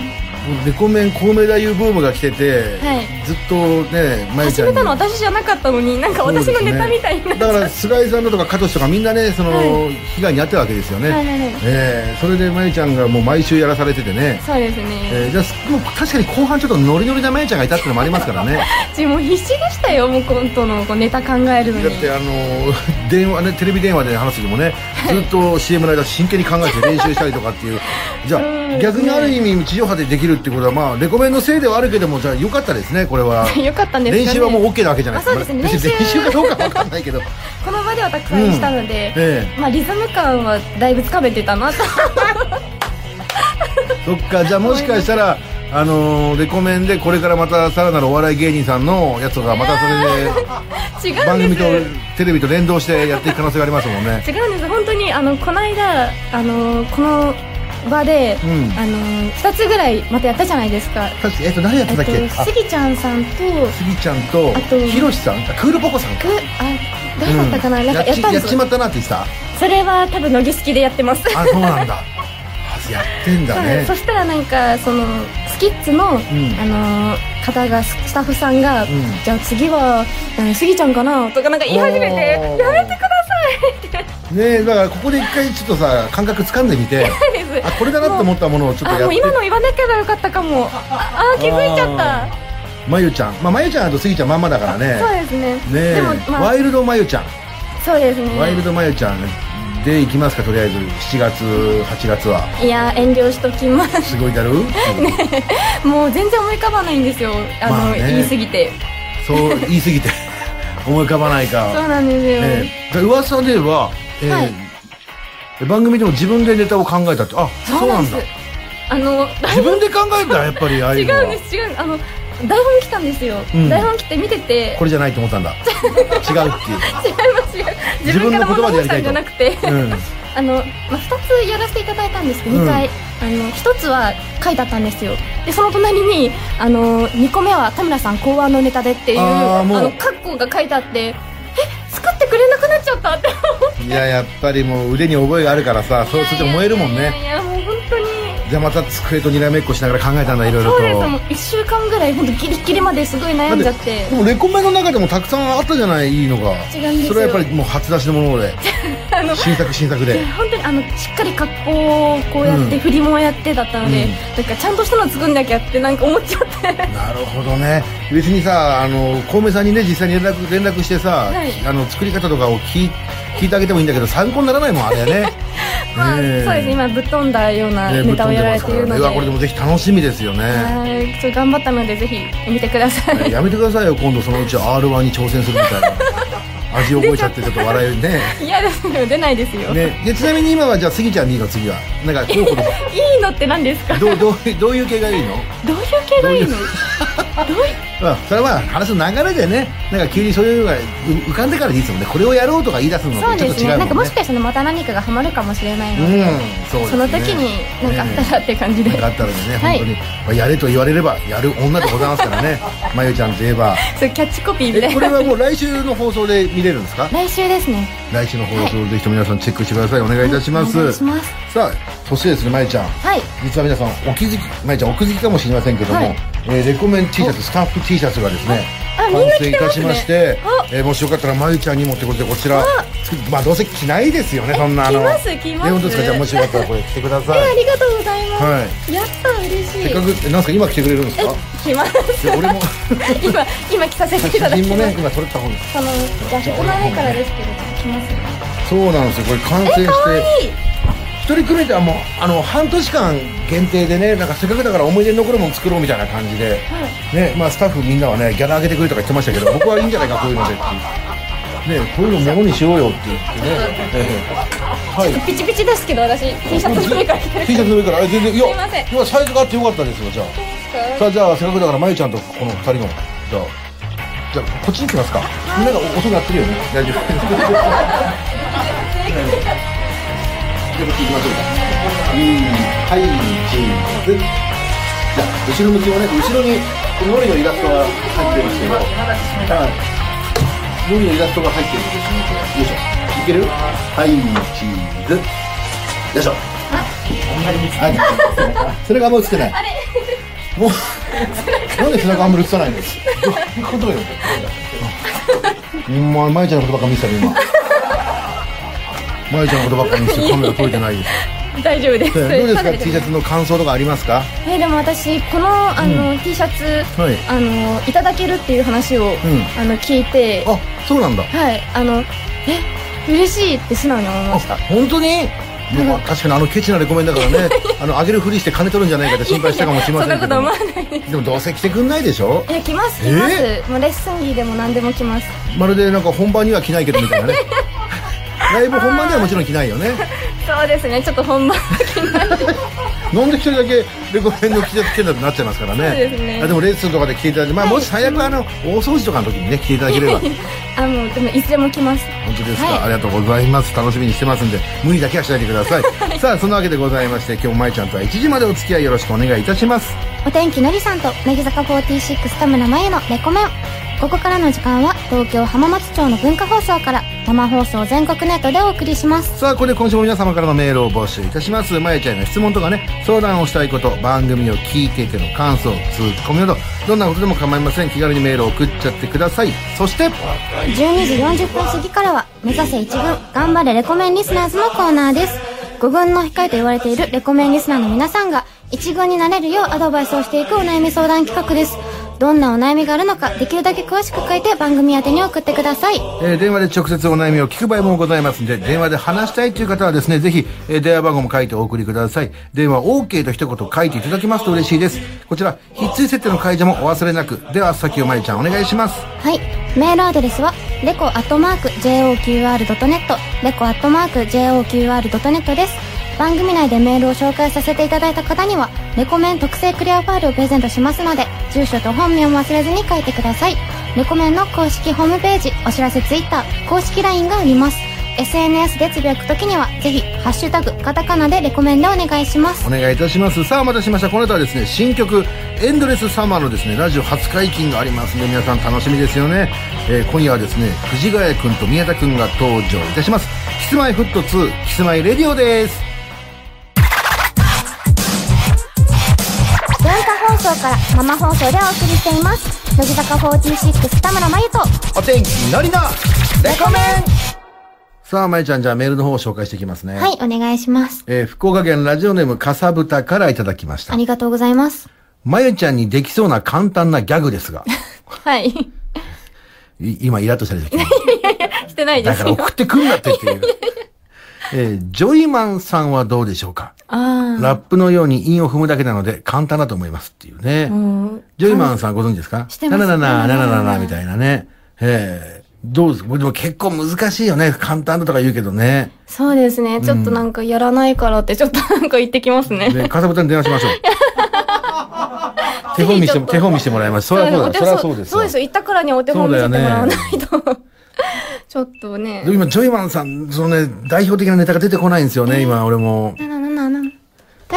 Speaker 1: レコメンコウメ太夫ブームが来てて、
Speaker 2: はい
Speaker 1: ずっとねまゆち
Speaker 2: 始
Speaker 1: ゃん
Speaker 2: め
Speaker 1: に
Speaker 2: たの私じゃなかったのになんか
Speaker 1: そうで
Speaker 2: 私
Speaker 1: すね
Speaker 2: のネタみたいになっち
Speaker 1: だ
Speaker 2: ゃ
Speaker 1: か
Speaker 2: う
Speaker 1: ら菅井さんだとか加藤氏とかみんなねその、
Speaker 2: は
Speaker 1: 被害に遭ってるわけですよね、
Speaker 2: はいはいはい
Speaker 1: えーそれでまゆちゃんがもう毎週やらされててね、
Speaker 2: そうですね
Speaker 1: えーじゃあもう確かに後半ちょっとノリノリなまゆちゃんがいたっていうのもありますからね
Speaker 2: うちもう必死でしたよもうコントのこうネタ考えるの
Speaker 1: だっ
Speaker 2: に
Speaker 1: てあのー電話ねテレビ電話で話す時もねずっと CM の間真剣に考えて練習したりとかって いうじゃあ逆にある意味地上波でできるってことはまあレコメンのせいではあるけどもじゃあよかったですねこれは
Speaker 2: よかったんですか、ね、
Speaker 1: 練習はもう OK なわけじゃないですか
Speaker 2: あそうですね
Speaker 1: まあ別に練
Speaker 2: 練
Speaker 1: 習
Speaker 2: 習
Speaker 1: かどうかわかんないけ ど
Speaker 2: この場ではたくさんしたので、
Speaker 1: うんえ
Speaker 2: まあ、リズム感はだいぶつかめてたなと
Speaker 1: そっかじゃあもしかしたらあのーレコメンでこれからまたさらなるお笑い芸人さんのやつがまたそ
Speaker 2: 違
Speaker 1: れで 番
Speaker 2: うん
Speaker 1: 組
Speaker 2: で
Speaker 1: と
Speaker 2: す
Speaker 1: テレビと連動してやっていく可能性がありますもんね
Speaker 2: 違うんです本当にあのこの間あのこの場で、
Speaker 1: うん
Speaker 2: あの2つぐらいまたやったじゃないですか
Speaker 1: 確かえっと誰やっ
Speaker 2: え
Speaker 1: てたっけ、
Speaker 2: っと
Speaker 1: あ
Speaker 2: スギちゃんさんと
Speaker 1: スギちゃんと
Speaker 2: あと
Speaker 1: ひろしさんあクールポコさんか
Speaker 2: くあ誰だったかな,、なんかやったん
Speaker 1: や
Speaker 2: で
Speaker 1: っ
Speaker 2: す
Speaker 1: ち
Speaker 2: よ
Speaker 1: まったなって言ってたあ
Speaker 2: それは多分乃木好きでやってます
Speaker 1: そうなんだ あやってんだ
Speaker 2: はい
Speaker 1: ね
Speaker 2: そしたらなんかそのスキッズの、あのー方がススタッフさんが、じゃあ次は、うん、スギちゃんかなとかなんか言い始め
Speaker 1: おー
Speaker 2: てやめてくださいって
Speaker 1: ねえだからここで一回ちょっとさ感覚掴んでみてあこれだなって思ったものをちょっ
Speaker 2: あ
Speaker 1: とや
Speaker 2: も
Speaker 1: っ
Speaker 2: う
Speaker 1: て
Speaker 2: 今の言わなければよかったかもああー気づいちゃった
Speaker 1: まゆちゃんまあまゆちゃんとスギちゃんまんまだからね
Speaker 2: そうですね
Speaker 1: ねえ
Speaker 2: でもま
Speaker 1: ワ
Speaker 2: あ
Speaker 1: イルドまゆちゃん、
Speaker 2: そうですね
Speaker 1: ワイルドまゆちゃんねで行きますかとりあえず7月8月はい
Speaker 2: や遠慮しときます
Speaker 1: すごいだる、
Speaker 2: もう全然思い浮かばないんですよあの、
Speaker 1: まあね
Speaker 2: 言い過ぎて
Speaker 1: そう言い過ぎて思い浮かばないか
Speaker 2: そうなんですよ、
Speaker 1: ええだ噂では、ええ
Speaker 2: はい
Speaker 1: 番組でも自分でネタを考えたってあそうなんだ
Speaker 2: ですあの
Speaker 1: 自分で考えたやっぱりああい
Speaker 2: 違
Speaker 1: うのは
Speaker 2: うんです違うんですあの台本来たんですよ、
Speaker 1: うん
Speaker 2: 台本来て見てて
Speaker 1: これじゃないと思ったんだ違うっていう
Speaker 2: 違います違う自分から
Speaker 1: 自分の言葉
Speaker 2: 物
Speaker 1: でや
Speaker 2: 申
Speaker 1: り
Speaker 2: したた
Speaker 1: い
Speaker 2: んじ
Speaker 1: と
Speaker 2: ゃなくて、
Speaker 1: うん
Speaker 2: あの、まあ、2つやらせていただいたんですけど
Speaker 1: うん
Speaker 2: 2回、あの1つは書いてあったんですよでその隣にあの2個目は田村さん考案のネタでっていう
Speaker 1: あー
Speaker 2: あ
Speaker 1: もう
Speaker 2: のカッコが書いてあってえ作ってくれなくなっちゃったって
Speaker 1: いややっぱりもう腕に覚えがあるからさそうすると燃えるもん
Speaker 2: いや
Speaker 1: ね
Speaker 2: いやもう本当に
Speaker 1: じゃあまた机とにらめっこしながら考えたんだいろいろ
Speaker 2: そうです
Speaker 1: と
Speaker 2: もう1週間ぐらい本当ギリギリまですごい悩んじゃって
Speaker 1: でもレコメンの中でもたくさんあったじゃないいいのが
Speaker 2: 違うんですよ
Speaker 1: それはやっぱりもう初出しのも ので新作新作で
Speaker 2: 本当にあのしっかり格好をこうやっ
Speaker 1: うん
Speaker 2: て振りもやってだったので、
Speaker 1: うん
Speaker 2: なんかちゃんとしたの作んなきゃってなんか思っちゃって
Speaker 1: なるほどね別にさあの小梅さんにね実際に連絡連絡してさ、
Speaker 2: はい
Speaker 1: あの作り方とかを聞い聞いてあげてもいいんだけど参考にならないもんあれね
Speaker 2: まあ、そう
Speaker 1: ねえ
Speaker 2: ですね今ぶっ飛んだような
Speaker 1: ね
Speaker 2: ネタをやられ
Speaker 1: ぶ
Speaker 2: て
Speaker 1: っ飛んで
Speaker 2: る
Speaker 1: ますからね
Speaker 2: ので
Speaker 1: うわこれでもぜひ楽しみですよね
Speaker 2: はいちょっと頑張ったのでぜひ見てください、
Speaker 1: やめてくださいよ今度そのうち r 1に挑戦するみたい な味覚えちゃってちょっと笑えるね
Speaker 2: 嫌ですよ出ないですよ、
Speaker 1: ねでちなみに今はじゃあスギちゃんにいいの次はなんか候補の
Speaker 2: いいのって何ですか
Speaker 1: どうどうどういう系がいいの
Speaker 2: どういう系がいいの
Speaker 1: どう
Speaker 2: どういう
Speaker 1: まあそれは話の流れでねなんか急にそういうのがう浮かんでからでいいですもんねこれをやろうとか言い出すのと
Speaker 2: そう
Speaker 1: ちょ
Speaker 2: で
Speaker 1: っと
Speaker 2: す
Speaker 1: 違
Speaker 2: ね
Speaker 1: うもんね
Speaker 2: なんかもしかしたらまた何かがハマるかもしれないの
Speaker 1: うん
Speaker 2: で、
Speaker 1: そうですね
Speaker 2: その時に何かあったらって感じ で、
Speaker 1: なんかあったらね、
Speaker 2: はい
Speaker 1: 本当に、まあ、やれと言われればやる女でございますからねまゆちゃんといえば
Speaker 2: そうキャッチコピーみた
Speaker 1: え
Speaker 2: い
Speaker 1: こ
Speaker 2: な
Speaker 1: れはもう来週の放送で見れるんですか
Speaker 2: 来週ですね
Speaker 1: 来週の放送ぜひとも皆さんチェックしてくださいお願いいたしま
Speaker 2: お
Speaker 1: す,、
Speaker 2: 願いします
Speaker 1: さあそしてですねまゆちゃん
Speaker 2: はい
Speaker 1: 実は皆さんお気づきまゆちゃんお気づきかもしれませんけども、
Speaker 2: はい
Speaker 1: えーレコメン T シャツスタッフ T シャツがですね
Speaker 2: あみん
Speaker 1: 完
Speaker 2: な着
Speaker 1: 成い
Speaker 2: て
Speaker 1: た
Speaker 2: ま
Speaker 1: し
Speaker 2: すね
Speaker 1: まして
Speaker 2: あ、
Speaker 1: えーもしよかったらまゆちゃんにもってことでこちらつまあどうせ着ないですよねそんなあの
Speaker 2: 着ます着ます
Speaker 1: え本当ですかじゃあもしよかったらこれ着てください、
Speaker 2: ありがとうございます、
Speaker 1: は
Speaker 2: やった嬉しい
Speaker 1: せっかくえなんすか今着てくれるんですか
Speaker 2: 来ます
Speaker 1: で俺も
Speaker 2: 今 今着させてい
Speaker 1: 写
Speaker 2: ただき
Speaker 1: 真も
Speaker 2: ます
Speaker 1: ね今撮れた方です
Speaker 2: そのじゃあこの前からですけど来ますね
Speaker 1: そうなんですよこれ完成して
Speaker 2: 可愛い
Speaker 1: 一人組ではもうあの半年間限定でねなんかせっかくだから思い出に残るもの作ろうみたいな感じで、ねまあ、スタッフみんなはねギャラ上げてくれとか言ってましたけど僕はいいんじゃないかこういうのでっていうねこういうのものにしようよって言って ね、ええはい
Speaker 2: ピチピチですけど私 T シャツの上から着てる
Speaker 1: T シャツの上からあ全然い
Speaker 2: すいませ
Speaker 1: や
Speaker 2: ん
Speaker 1: 今サイズがあってよかったですよじゃあさあじゃあせっかくだからまゆちゃんとこの二人のじゃあじゃあこっちに来ますかみんながお音鳴ってるよね大丈夫じゃあこっち行きましょうかはいチーズじゃあ後ろ向きをね後ろにノリのイラストが入ってるんですけどはいノリのイラストが入ってるんですねこれよいしょいけるはいチーズよいしょはい、それがあんま映ってない。もう、なんで背中あんまり映さないの。どういうことよ。今、まゆちゃんのことばっか見てたね、今。まゆちゃんのことばっか見てて、カメラ撮れてないです。
Speaker 2: 大丈夫です
Speaker 1: どうですか、
Speaker 2: 食べて
Speaker 1: T シャツの感想とかありますか。
Speaker 2: えーでも私このあの、T シャツ、
Speaker 1: はい
Speaker 2: あのいただけるっていう話を、あの聞いて
Speaker 1: あ、そうなんだ。
Speaker 2: はいあのえ嬉しいって素直に思い
Speaker 1: あ
Speaker 2: ました、
Speaker 1: 本当に。まあ確かにあのケチなレコメンだから ねあの上げるふりして金取るんじゃないかって心配したかもしれませんけど
Speaker 2: いやいやそんなこと思わない
Speaker 1: でもどうせ着てくんないでしょ
Speaker 2: いや来ます
Speaker 1: え
Speaker 2: 来ます、もうレッスン着でも何でも来ます
Speaker 1: まるでなんか本番には着ないけどみたい なねライブ本番ではもちろん着ないよね
Speaker 2: そうですねちょっと本 番
Speaker 1: なんで一人だけレコメンの着て着てんだってなっちゃいますからね
Speaker 2: そうですね
Speaker 1: あでもレッスンとかで着ていただいて、まあ、もし最悪あの大掃除とかの時にね着ていただければ本
Speaker 2: あもうでもいつでも来ます
Speaker 1: 当ですか、
Speaker 2: はい
Speaker 1: ありがとうございます楽しみにしてますんで無理だけはしないでくだ さいさあそんなわけでございまして今日もまいちゃんとは1時までお付き合いよろしくお願いいたします
Speaker 3: お天気のりさんと乃木坂46田村真由のレコメンここからの時間は東京浜松町の文化放送から生放送全国ネットでお送りします
Speaker 1: さあここで今週も皆様からのメールを募集いたしますまゆちゃんへの質問とかね相談をしたいこと番組を聞いていての感想ツッコミなどどんなことでも構いません気軽にメールを送っちゃってくださいそして
Speaker 3: 12時40分過ぎからは目指せ一軍頑張れレコメンリスナーズのコーナーです5軍の控えと言われているレコメンリスナーの皆さんが一軍になれるようアドバイスをしていくお悩み相談企画ですどんなお悩みがあるのかできるだけ詳しく書いて番組宛てに送ってください
Speaker 1: えー電話で直接お悩みを聞く場合もございますので、電話で話したいという方はですね、ぜひ、えー電話番号も書いてお送りください。電話 OK と一言書いていただきますと嬉しいです。こちら、必須設定の解除もお忘れなく。では、先をまゆちゃんお願いします。
Speaker 3: はいメールアドレスはレコアットマーク JOQR.net レコアットマーク JOQR.net です番組内でメールを紹介させていただいた方にはレコメン特製クリアファイルをプレゼントしますので住所と本名を忘れずに書いてくださいレコメンの公式ホームページお知らせツイッター公式 LINE があります SNS でつぶやくときにはぜひ「ハッシュタグカタカナ」でレコメンでお願いします
Speaker 1: お願いいたしますさあお待たせしましたこの後はですね新曲「エンドレスサマー」のですねラジオ初解禁がありますので皆さん楽しみですよね、えー今夜はですね藤ヶ谷君と宮田君が登場いたします「キスマイフット2キスマイレディオ」です
Speaker 3: 文化放送から生放送でお送りしています乃木坂46田村真由と
Speaker 1: お天気のりのレコメンさあまゆちゃんじゃあメールの方を紹介していきますね
Speaker 3: はいお願いします
Speaker 1: えー福岡県ラジオネームかさぶたからいただきまし
Speaker 3: あ
Speaker 1: た
Speaker 3: りがとうございます
Speaker 1: まゆちゃんにできそうな簡単なギャグですが
Speaker 2: はい。
Speaker 1: い今イラッとしたりだけど
Speaker 2: してないで
Speaker 1: だ
Speaker 2: す
Speaker 1: から
Speaker 2: よ。
Speaker 1: 送ってくんなってっていう。えージョイマンさんはどうでしょうか、
Speaker 2: あ
Speaker 1: ラップのように韻を踏むだけなので簡単だと思いますっていうね。
Speaker 2: あ。もう、
Speaker 1: ジョイマンさんご存知ですか
Speaker 2: してます
Speaker 1: ななななななななみたいなね。えーどうですかでも結構難しいよね。簡単だとか言うけどね。
Speaker 2: そうですね。ちょっとなんかやらないからって、ちょっとなんか言ってきますね。
Speaker 1: で、かさぶたに電話し ましょう。手本見しても、手本見してもらいます。そりゃそうだ。そりゃそうです
Speaker 2: そう
Speaker 1: わ。
Speaker 2: ですよ。行ったからにはお手本見せてもらわないと。 ちょっとね
Speaker 1: でも。今、ジョイマンさん、そのね、代表的なネタが出てこないんですよね、今、俺も。
Speaker 3: なななななな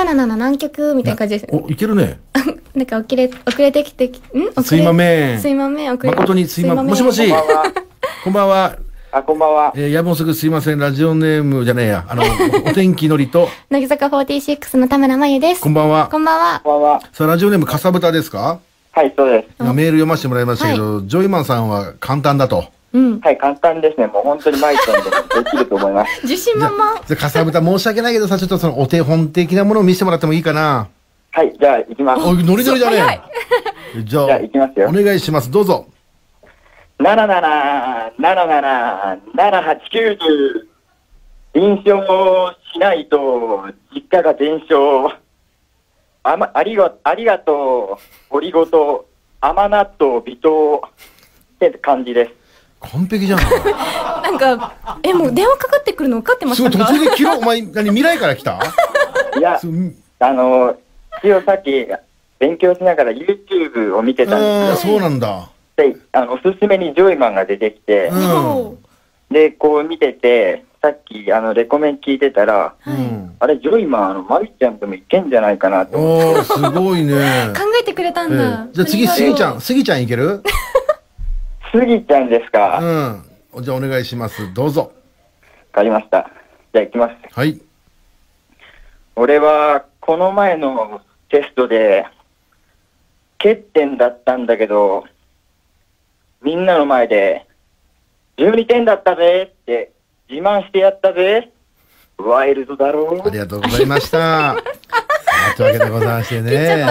Speaker 3: ななな南極みたいな感じですね
Speaker 1: お、いけるね。
Speaker 3: なんか遅れ遅れてきてきん遅れ
Speaker 1: すいまめん
Speaker 3: すいまめん遅れ
Speaker 1: 誠にすいません。もしもし
Speaker 4: こんばんは。
Speaker 1: こんばんは。
Speaker 4: あ、こんばんは。
Speaker 1: えー、やぶもすぐすいません。ラジオネームじゃねえや。 あの、おお天気のりと、
Speaker 3: 乃木坂46の田村真由です
Speaker 1: こんばんは
Speaker 3: こ。んばんは
Speaker 4: こんばんは。
Speaker 1: さあ、ラジオネームかさぶたですか
Speaker 4: はい、そうです。
Speaker 1: 今メール読ませてもらいましたけど、ジョイマンさんは簡単だと。
Speaker 2: うん。
Speaker 4: はい、簡単ですね。もう本当にマイトンでもできると思います。
Speaker 2: 自信満々。
Speaker 1: じゃあ、かさぶた申し訳ないけどさ、ちょっとそのお手本的なものを見せてもらってもいいかな
Speaker 4: はい、じゃあ行きます。
Speaker 1: お、ノリノリだね。じゃあ、
Speaker 4: じゃあ行きますよ
Speaker 1: お願いします。どうぞ。
Speaker 4: 七七七七七八九十。臨床をしないと、実家が全焼。あま、ありが、ありがとう。オリゴと、甘納豆、微糖。って感じです。
Speaker 1: 完璧じゃん。
Speaker 2: なんか、え、もう電話かかってくるの分かってますし
Speaker 1: ご
Speaker 2: た
Speaker 1: い、途
Speaker 2: か
Speaker 1: 中で切ろう。お前、何、未来から来た
Speaker 4: いや
Speaker 1: す、うん
Speaker 4: あの、一応さっき、勉強しながら YouTube を見てたんです
Speaker 1: あ
Speaker 4: よ
Speaker 1: ー、。そうなんだ。
Speaker 4: であのおすすめにジョイマンが出てきて
Speaker 1: う、ん。
Speaker 4: でこう見ててさっきあのレコメン聞いてたら
Speaker 1: うん。
Speaker 4: あれジョイマンあのマリちゃんともいけんじゃないかなと思
Speaker 1: お
Speaker 4: っ
Speaker 1: ー、すごいね。
Speaker 2: 考えてくれたんだ
Speaker 1: え。えじゃあ次、
Speaker 2: あ
Speaker 1: スギ
Speaker 2: りがとう
Speaker 1: ちゃん、スギちゃんいける
Speaker 4: てスギちゃんですか
Speaker 1: う
Speaker 4: わ
Speaker 1: ん。じゃあお願いします。どうぞ。
Speaker 4: かりましたじゃあ行きます
Speaker 1: はい。
Speaker 4: 俺はこの前のテストで欠点だったんだけどみんなの前で12点だったぜって自慢してやったぜワイルドだろ
Speaker 1: ありがとうございました。さあというわけでございましてね。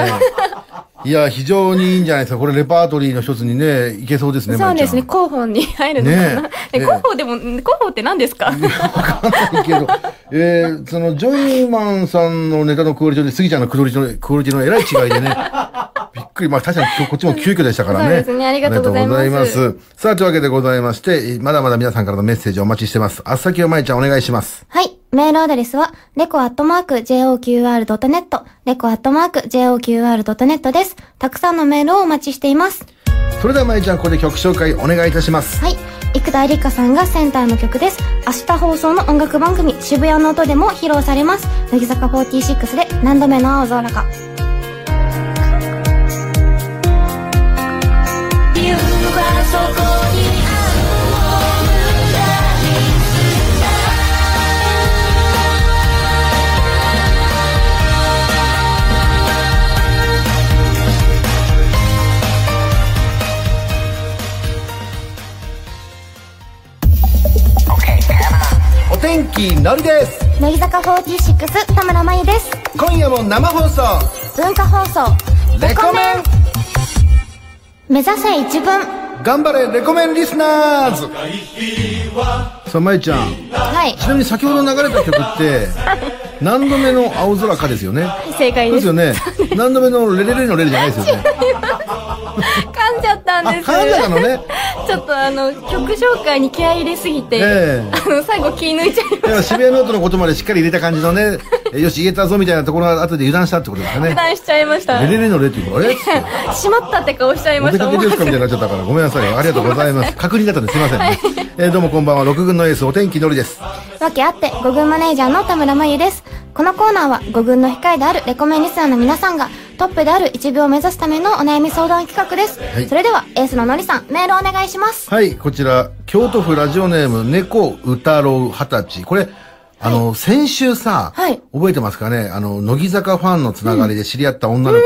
Speaker 1: いや、非常にいいんじゃないですか。これレパートリーの一つにね、いけそうですね、
Speaker 2: そうですね。
Speaker 1: ま
Speaker 2: 広報に入るのかな
Speaker 1: ね。え
Speaker 2: え
Speaker 1: ねえ
Speaker 2: 広報でも、広報って何ですか
Speaker 1: ゆちゃん。わかんないけど、えー、その、ジョイマンさんのネタのクオリティとスギちゃんのクオリティの、クオリティのえらい違いでね、びっくり。まあ、確かに今日こっちも急遽でしたからね。
Speaker 2: そうですねありがとうございます
Speaker 1: ありがとうございますさあ、というわけでございまして、まだまだ皆さんからのメッセージお待ちしてます。あっさきをまいちゃんお願いします。
Speaker 3: はいメールアドレスはレコアットマーク JOQR.net レコアットマーク JOQR.net ですたくさんのメールをお待ちしています
Speaker 1: それではまいちゃん、ここで曲紹介お願いいたします。
Speaker 3: はい生田絵梨花さんがセンターの曲です明日放送の音楽番組「渋谷の音」でも披露されます乃木坂46で「何度目の青空か」
Speaker 1: お天気のりです
Speaker 3: 乃木坂46田村真由です
Speaker 1: 今夜も生放送
Speaker 3: 文化放送
Speaker 1: レコメン
Speaker 3: 目指せ一文
Speaker 1: 頑張れレコメンリスナーズさあまゆちゃん
Speaker 3: はい
Speaker 1: ちなみに先ほど流れた曲って何度目の青空かですよね
Speaker 2: 正解
Speaker 1: そう
Speaker 2: で
Speaker 1: です
Speaker 2: す
Speaker 1: よね何度目のレレレのレレじゃないですよね
Speaker 2: 噛んじゃったん
Speaker 1: あ
Speaker 2: です
Speaker 1: カナダのね
Speaker 2: ちょっとあの曲紹介に気合い入れすぎて、
Speaker 1: ええ
Speaker 2: あの最後気抜いちゃいまし
Speaker 1: だから渋谷ノートのことまでしっかり入れた感じのねえよし言えたぞみたいなところが後で油断したってことですか
Speaker 2: た
Speaker 1: ね
Speaker 2: 油断しちゃいました
Speaker 1: レレレのレっていうのあ れっつって
Speaker 2: しまったって顔しちゃい
Speaker 1: お
Speaker 2: ま
Speaker 1: 出
Speaker 2: した
Speaker 1: かけですかみたいになっちゃったから、ごめんなさい。ありがとうございます。確認だったんですいませんね。えーどうもこんばんは、六軍のエース、お天気のりです。
Speaker 3: わけあって、五軍マネージャーの田村真由です。このコーナーは、五軍の控えであるレコメンリスナーの皆さんが、トップである一部を目指すためのお悩み相談企画です。
Speaker 1: い
Speaker 3: それでは、エースののりさん、メールお願いします。
Speaker 1: はい、こちら、京都府ラジオネーム、猫歌郎二十歳。これ、あの、先週さ、
Speaker 3: はい
Speaker 1: 覚えてますかねあの、乃木坂ファンのつながりで知り合った女の子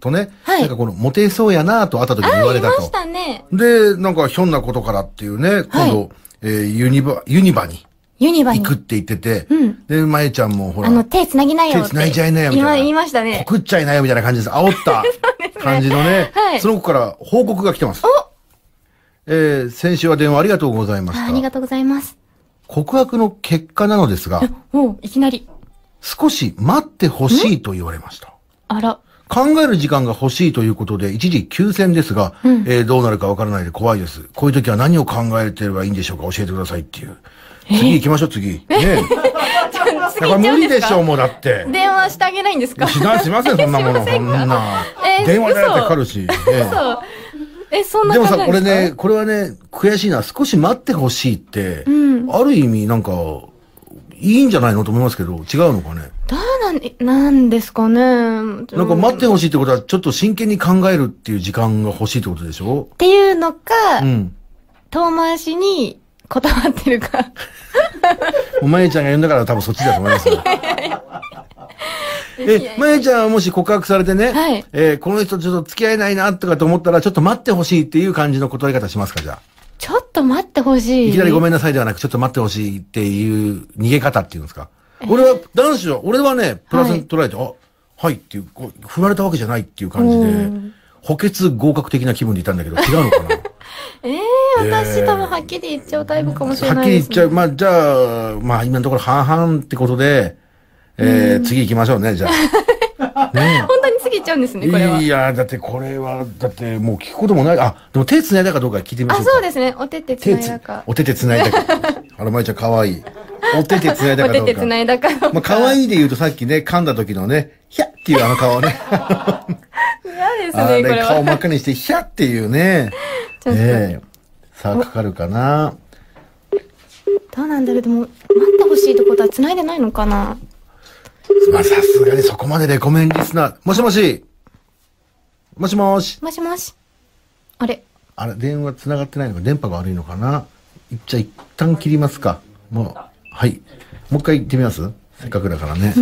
Speaker 1: とね、
Speaker 3: はい
Speaker 1: なんかこの、モテそうやなと会った時に言われた
Speaker 2: ま
Speaker 1: と
Speaker 2: し。たね
Speaker 1: で、なんか、ひょんなことからっていうね、今度、えーユニバ、ユニバに
Speaker 3: ユニバ
Speaker 1: 行
Speaker 3: に
Speaker 1: くっ。て言ってて、で、まゆちゃんもほら、
Speaker 3: あの、手繋ぎなよ
Speaker 1: 手
Speaker 3: って。
Speaker 1: 繋いじゃいなよみたいな。
Speaker 2: 今言いましたね
Speaker 1: 告っちゃいなよみたいな 感じです。煽った感じのね。
Speaker 2: はい
Speaker 1: その子から報告が来てます。えー、先週は電話ありがとうございま
Speaker 3: ああり
Speaker 1: し
Speaker 3: が
Speaker 1: た。
Speaker 3: とうございます。
Speaker 1: 告白の結果なのですが、
Speaker 2: もういきなり
Speaker 1: 少し待ってほしいと言われました。
Speaker 2: あら
Speaker 1: 考える時間が欲しいということで、一時休戦ですが、えーどうなるかわからないで怖いです。こういう時は何を考えてればいいんでしょうか教えてくださいっていう。次行きましょう、次。ねえ。だから無理でしょう、もうだって。
Speaker 2: 電話してあげないんですか
Speaker 1: し ないしません、そんなもの。
Speaker 2: しま
Speaker 1: そ
Speaker 2: せ
Speaker 1: ん
Speaker 2: んか
Speaker 1: な。
Speaker 2: えー
Speaker 1: 電話じゃなくてかかるし。ええ
Speaker 2: そうえそんな
Speaker 1: でも
Speaker 2: 感じ
Speaker 1: さ、
Speaker 2: なん
Speaker 1: 俺
Speaker 2: すか
Speaker 1: ね、これはね、悔しいな。少し待ってほしいって、ある意味なんか、いいんじゃないのと思いますけど、違うのかね。
Speaker 2: どうなんなんですかねなん
Speaker 1: なんか待ってほしいってことは、ちょっと真剣に考えるっていう時間が欲しいってことでしょ
Speaker 2: っていうのか、
Speaker 1: うん。
Speaker 2: 遠回しに断ってるか。
Speaker 1: おまゆちゃんが呼んだから多分そっち だと思いますよ。え、まゆちゃんはもし告白されてね、
Speaker 2: はい
Speaker 1: えーこの人ちょっと付き合えないなとかと思ったら、ちょっと待ってほしいっていう感じの断り方しますか、じゃあ。
Speaker 2: ちょっと待ってほしい。
Speaker 1: いきなりごめん
Speaker 2: ん。
Speaker 1: なさいではなく、ちょっと待ってほしいっていう逃げ方っていうんですか。俺は、男子は、俺はね、プラスに捉えて、あ、はいっていう、こう振られたわけじゃないっていう感じ
Speaker 2: お
Speaker 1: で
Speaker 2: ー、
Speaker 1: 補欠合格的な気分でいたんだけ ど、違うのかな
Speaker 2: ええ私多分はっきり言っちゃうタイプかもしれ
Speaker 1: はっ
Speaker 2: な
Speaker 1: き
Speaker 2: い
Speaker 1: り
Speaker 2: で
Speaker 1: 言っ
Speaker 2: す、
Speaker 1: ちゃう。まあ、じゃあ、まあ、今のところ半々ってことで、えー、次行きましょうね、じゃ
Speaker 2: 本当に過ぎちゃうんです ね、これ
Speaker 1: あ。
Speaker 2: は。
Speaker 1: いや、だってこれは、だってもう聞くこともない。あ、でも手繋いだかどうか聞いてみましょ
Speaker 2: あ、
Speaker 1: うか。
Speaker 2: そうですね。お手手つ
Speaker 1: 手
Speaker 2: ない
Speaker 1: つ
Speaker 2: だか、。
Speaker 1: お手手繋いだか。あら、まゆちゃん可愛い。お手手繋いだ
Speaker 2: お
Speaker 1: かどう
Speaker 2: 手
Speaker 1: か。
Speaker 2: 手つないだか。
Speaker 1: まあ、可愛いで言うとさっきね、噛んだ時のね、ヒャッっていうあの顔ね。
Speaker 2: 嫌 です
Speaker 1: あ
Speaker 2: ね、こ
Speaker 1: れ
Speaker 2: れ
Speaker 1: 顔真っ
Speaker 2: は。
Speaker 1: 赤にして、ヒャッっていうね。
Speaker 2: ちょっと
Speaker 1: ええさあ、かかるかな。
Speaker 2: どうなんだろう。でも、待ってほしいってことは繋いでないのかな
Speaker 1: まあ、さすがにそこまでレコメンリスナー。もしもしもしもし
Speaker 2: もしもし。あれ
Speaker 1: あれ、電話繋がってないのか電波が悪いのかなじゃあ、一旦切りますか。もう、はい。もう一回行ってみますせっかくだからね。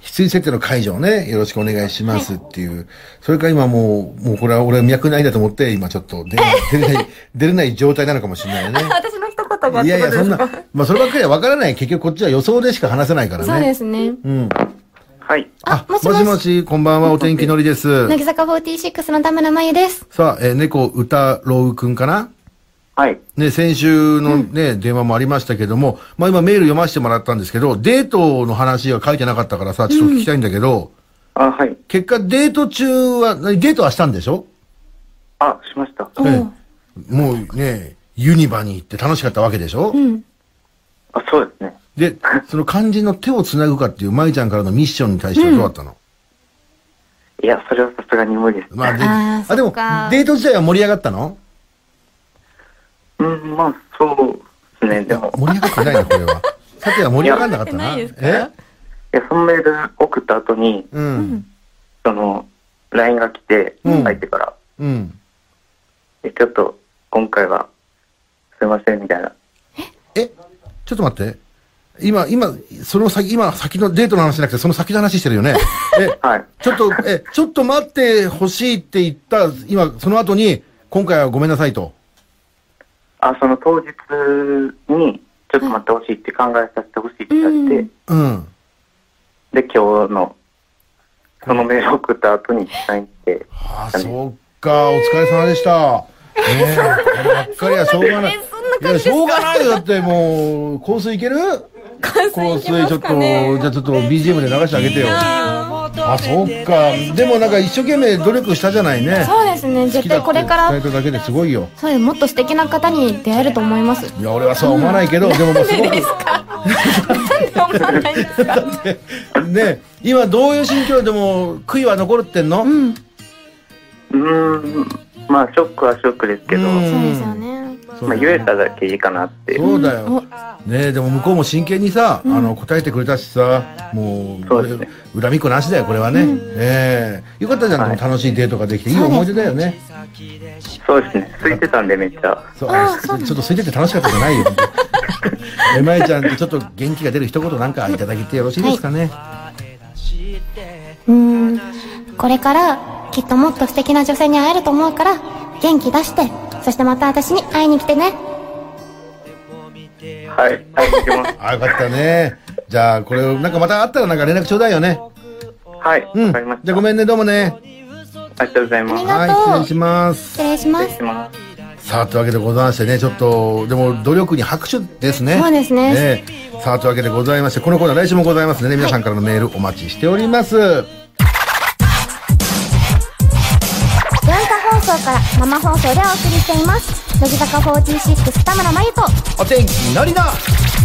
Speaker 1: 必須設定の解除をね、よろしくお願いしますっていう。それから今もう、もうこれは俺は脈ないんだと思って、今ちょっと出れない、出れない、出れない状態なのかもしれないよね。
Speaker 2: 私の一言が
Speaker 1: いやいや、そんな、まあそればっかりはわからない。結局こっちは予想でしか話せないからね。
Speaker 2: そうですね。
Speaker 1: うん。
Speaker 4: はい。
Speaker 3: あもしもし
Speaker 1: こんばんは、お天気のりです。
Speaker 3: 乃木坂46の田村真由です。
Speaker 1: さあ、えー猫歌ろうくんかな
Speaker 4: はい。
Speaker 1: ね、先週のね、電話もありましたけども、まあ今メール読ませてもらったんですけど、デートの話は書いてなかったからさ、ちょっと聞きたいんだけど、
Speaker 4: あ、はい。
Speaker 1: 結果デート中は、何デートはしたんでしょ
Speaker 4: あ、しました。
Speaker 2: おう
Speaker 1: もうね、ユニバに行って楽しかったわけでしょ、
Speaker 4: あ、そうですね。
Speaker 1: で、その肝心の手を繋ぐかっていう舞ちゃんからのミッションに対してはどうだったの、
Speaker 4: いや、それはさすがに無理です。
Speaker 1: まあで、
Speaker 3: あー
Speaker 1: で
Speaker 3: そ
Speaker 1: も
Speaker 3: っか、
Speaker 1: デート自体は盛り上がったの
Speaker 4: うん、まあ、そうですね。
Speaker 1: い
Speaker 4: で
Speaker 1: や
Speaker 4: も、
Speaker 1: 盛り上がってないな、これは。さては盛り上がんなかったな。
Speaker 2: いや盛り上が
Speaker 1: え
Speaker 2: って
Speaker 4: いや、そのメール送った後に、
Speaker 1: うん。
Speaker 4: その、LINE が来て、
Speaker 1: うん
Speaker 4: 相手から、
Speaker 1: うん。
Speaker 4: えちょっと、今回は、すいません、みたいな。
Speaker 1: えちょっと待って。今、今、その先、今、先のデートの話じゃなくて、その先の話してるよね。え、
Speaker 4: はい。
Speaker 1: ちょっと、え、ちょっと待ってほしいって言った、今、その後に、今回はごめんなさいと。
Speaker 4: あ、その当日に、ちょっと待ってほしいって考えさせてほしいって言って、
Speaker 1: うん。
Speaker 4: で、今日の、そのメール送った後に、LINE 来て、
Speaker 1: ああ、
Speaker 4: はい
Speaker 1: そうか、お疲れ様でした。ねえ、こればっかりはしょうがない。いや、しょうがないよ。だってもう、香水いける香水ちょっと、じゃあちょっと BGM で流してあげてよ。あ、そっか。でもなんか一生懸命努力したじゃないね。
Speaker 3: そうですね
Speaker 1: 好
Speaker 3: 絶
Speaker 1: きだ
Speaker 3: 対
Speaker 1: って
Speaker 3: これか
Speaker 1: 伝え
Speaker 3: ら
Speaker 1: ただけですごいよ。
Speaker 3: そういうもっと素敵な方に出会えると思います
Speaker 1: いや、俺はそうは思わないけど、でもまあすごく。ね今どういう心境でも悔いは残るってんの、うん、
Speaker 5: うーんまあショックはショックですけど、
Speaker 3: そうですよね
Speaker 1: そう
Speaker 5: まあ、
Speaker 1: だ
Speaker 5: 言え
Speaker 1: よ
Speaker 5: ただけいいかなって
Speaker 1: そうだよねでも向こうも真剣にさ、あの答えてくれたしさもう
Speaker 5: そうですね
Speaker 1: 恨みっこなしだよこれはね、ええよかったじゃん、
Speaker 5: はい
Speaker 1: でも楽しいデートができていい思い出だよね
Speaker 5: そうですね空いてたんでめっちゃ
Speaker 1: そうあちょっと空いてて楽しかったじゃない よえまゆちゃんちょっと元気が出る一言なんかいただけてよろしいですかね、
Speaker 3: うーんこれからきっともっと素敵な女性に会えると思うから元気出してそしてまた私に会いに来てね
Speaker 5: はいはい行きます
Speaker 1: あよかったねじゃあこれをなんかまたあったらなんか連絡ちょうだいよね
Speaker 5: はいわ、
Speaker 1: うん
Speaker 5: かりました
Speaker 1: じゃあごめんねどうもね
Speaker 5: ありがとうございます
Speaker 3: ありが
Speaker 1: はい
Speaker 3: とう
Speaker 1: 失礼します
Speaker 3: 失礼しま
Speaker 5: 失礼
Speaker 3: す
Speaker 5: します
Speaker 1: さあというわけでございましてねちょっとでも努力に拍手ですね
Speaker 3: そうですね
Speaker 1: えさあというわけでございましてこのコーナー来週もございますのでね皆さんからのメールお待ちしております、
Speaker 3: 文化放送から生放送でお送りしています乃木坂46田村真由と
Speaker 1: お天気のりの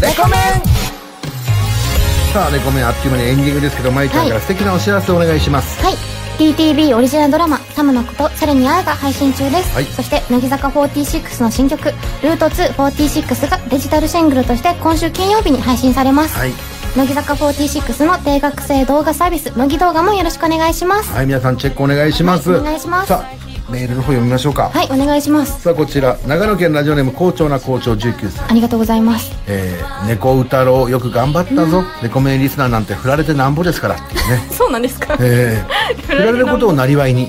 Speaker 1: レコメンさあレコメンあっという間にエンディングですけどまいちゃんから素敵なお知らせお願いします、
Speaker 3: はい TTB オリジナルドラマ「サムのことサルに会う」が配信中です、
Speaker 1: はい
Speaker 3: そして乃木坂46の新曲「ルート246」がデジタルシングルとして今週金曜日に配信されます、
Speaker 1: はい
Speaker 3: 乃木坂46の定額制動画サービス乃木動画もよろしくお願いします
Speaker 1: はい皆さんチェックお願いします、
Speaker 3: はいお願いします
Speaker 1: さあメールの方読みましょうか、
Speaker 3: はいお願いします
Speaker 1: さあこちら長野県ラジオネーム校長な校長19歳
Speaker 3: ありがとうございます
Speaker 1: えー、猫歌郎よく頑張ったぞ、レコメンリスナーなんて振られてなんぼですからね、
Speaker 2: そうなんですか
Speaker 1: え ー、振られることをなりわいに、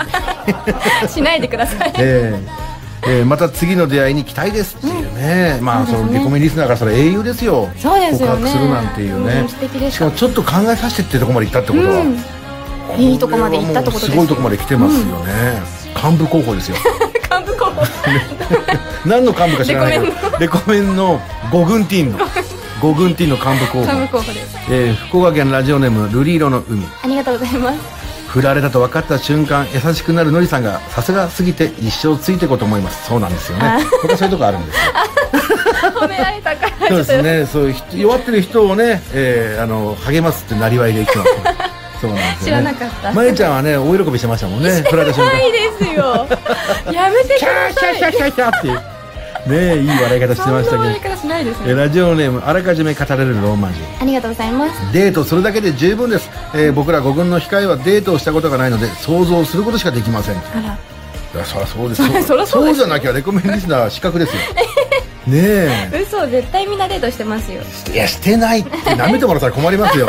Speaker 2: しないでくださ い
Speaker 1: えーえーまた次の出会いに期待ですっていうね、まあそのレコメンリスナーからそれ英雄ですよ
Speaker 2: そうですよね
Speaker 1: 告白するなんていうね
Speaker 2: うん素敵でした
Speaker 1: しかもちょっと考えさせてってとこまで行ったってことは、これはもう
Speaker 2: いいとこまで行ったってことです
Speaker 1: すごいとこまで来てますよね、幹部候補ですよ
Speaker 2: 幹部候補
Speaker 1: 何の幹部か知らないけどレコメンの5軍ティーンの5軍ティーンの幹部候補
Speaker 2: 幹部候補です
Speaker 1: えー福岡県ラジオネームルリーロの海
Speaker 2: ありがとうございます
Speaker 1: 振られたと分かった瞬間優しくなるのりさんがさすがすぎて一生ついていこうと思いますそうなんですよね僕はそういうとこあるんです よ
Speaker 2: 褒められたから
Speaker 1: そうですねそういう人弱ってる人をね、えーあの励ますってなりわいで生きてます ねそうなんですよ、ね、
Speaker 2: 知らなかった
Speaker 1: まゆちゃんはね大喜びしてましたもん ね振られた瞬
Speaker 2: ない
Speaker 1: 間
Speaker 2: ですよやめてく
Speaker 1: キャ
Speaker 2: だ
Speaker 1: ーキ
Speaker 2: さ
Speaker 1: ャー
Speaker 2: い
Speaker 1: キャーキャーキャーっていうねえいい笑い方してまし
Speaker 2: そ
Speaker 1: た
Speaker 2: んな言い
Speaker 1: けど
Speaker 2: 方しないです
Speaker 1: え
Speaker 2: ね
Speaker 1: ーラジオネームあらかじめ語られるローマ人
Speaker 3: ありがとうございます
Speaker 1: デートするだけで十分です、えー僕ら五軍の控えはデートをしたことがないので想像することしかできませんあ
Speaker 2: ら
Speaker 1: いやそりゃそうですそう
Speaker 2: そりゃそうです
Speaker 1: じゃなきゃレコメンリスナー失格です よね
Speaker 2: 嘘絶対みんなデートしてますよ
Speaker 1: えいやしてないって舐めてもらったら困ります よ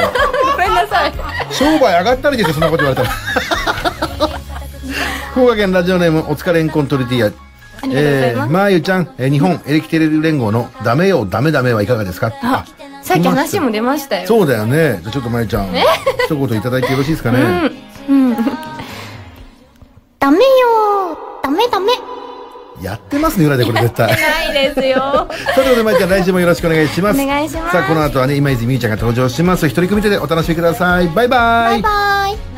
Speaker 2: ごめん なさい
Speaker 1: 商売上がったりですよそんなこと言われたら 福岡県ラジオネームお疲れんこんトルティーヤ
Speaker 2: ありがとうございます
Speaker 1: えーまゆちゃん、えー日本エレキテレビ連合のダメよダメダメはいかがですかあ
Speaker 2: さっき話も出ましたよ
Speaker 1: そうだよねじゃあちょっとまゆちゃん一言いただいてよろしいですかね、
Speaker 3: ダメよーダメダメ
Speaker 1: やってますね、裏でこれ絶対。さ
Speaker 2: ないですよ
Speaker 1: あ、ということで、まいちゃん、来週もよろしくお願いします。
Speaker 3: お願いします
Speaker 1: さあ、この後はね、今泉みゆちゃんが登場します。一人組手でお楽しみください。バイバイ。
Speaker 3: バイバイ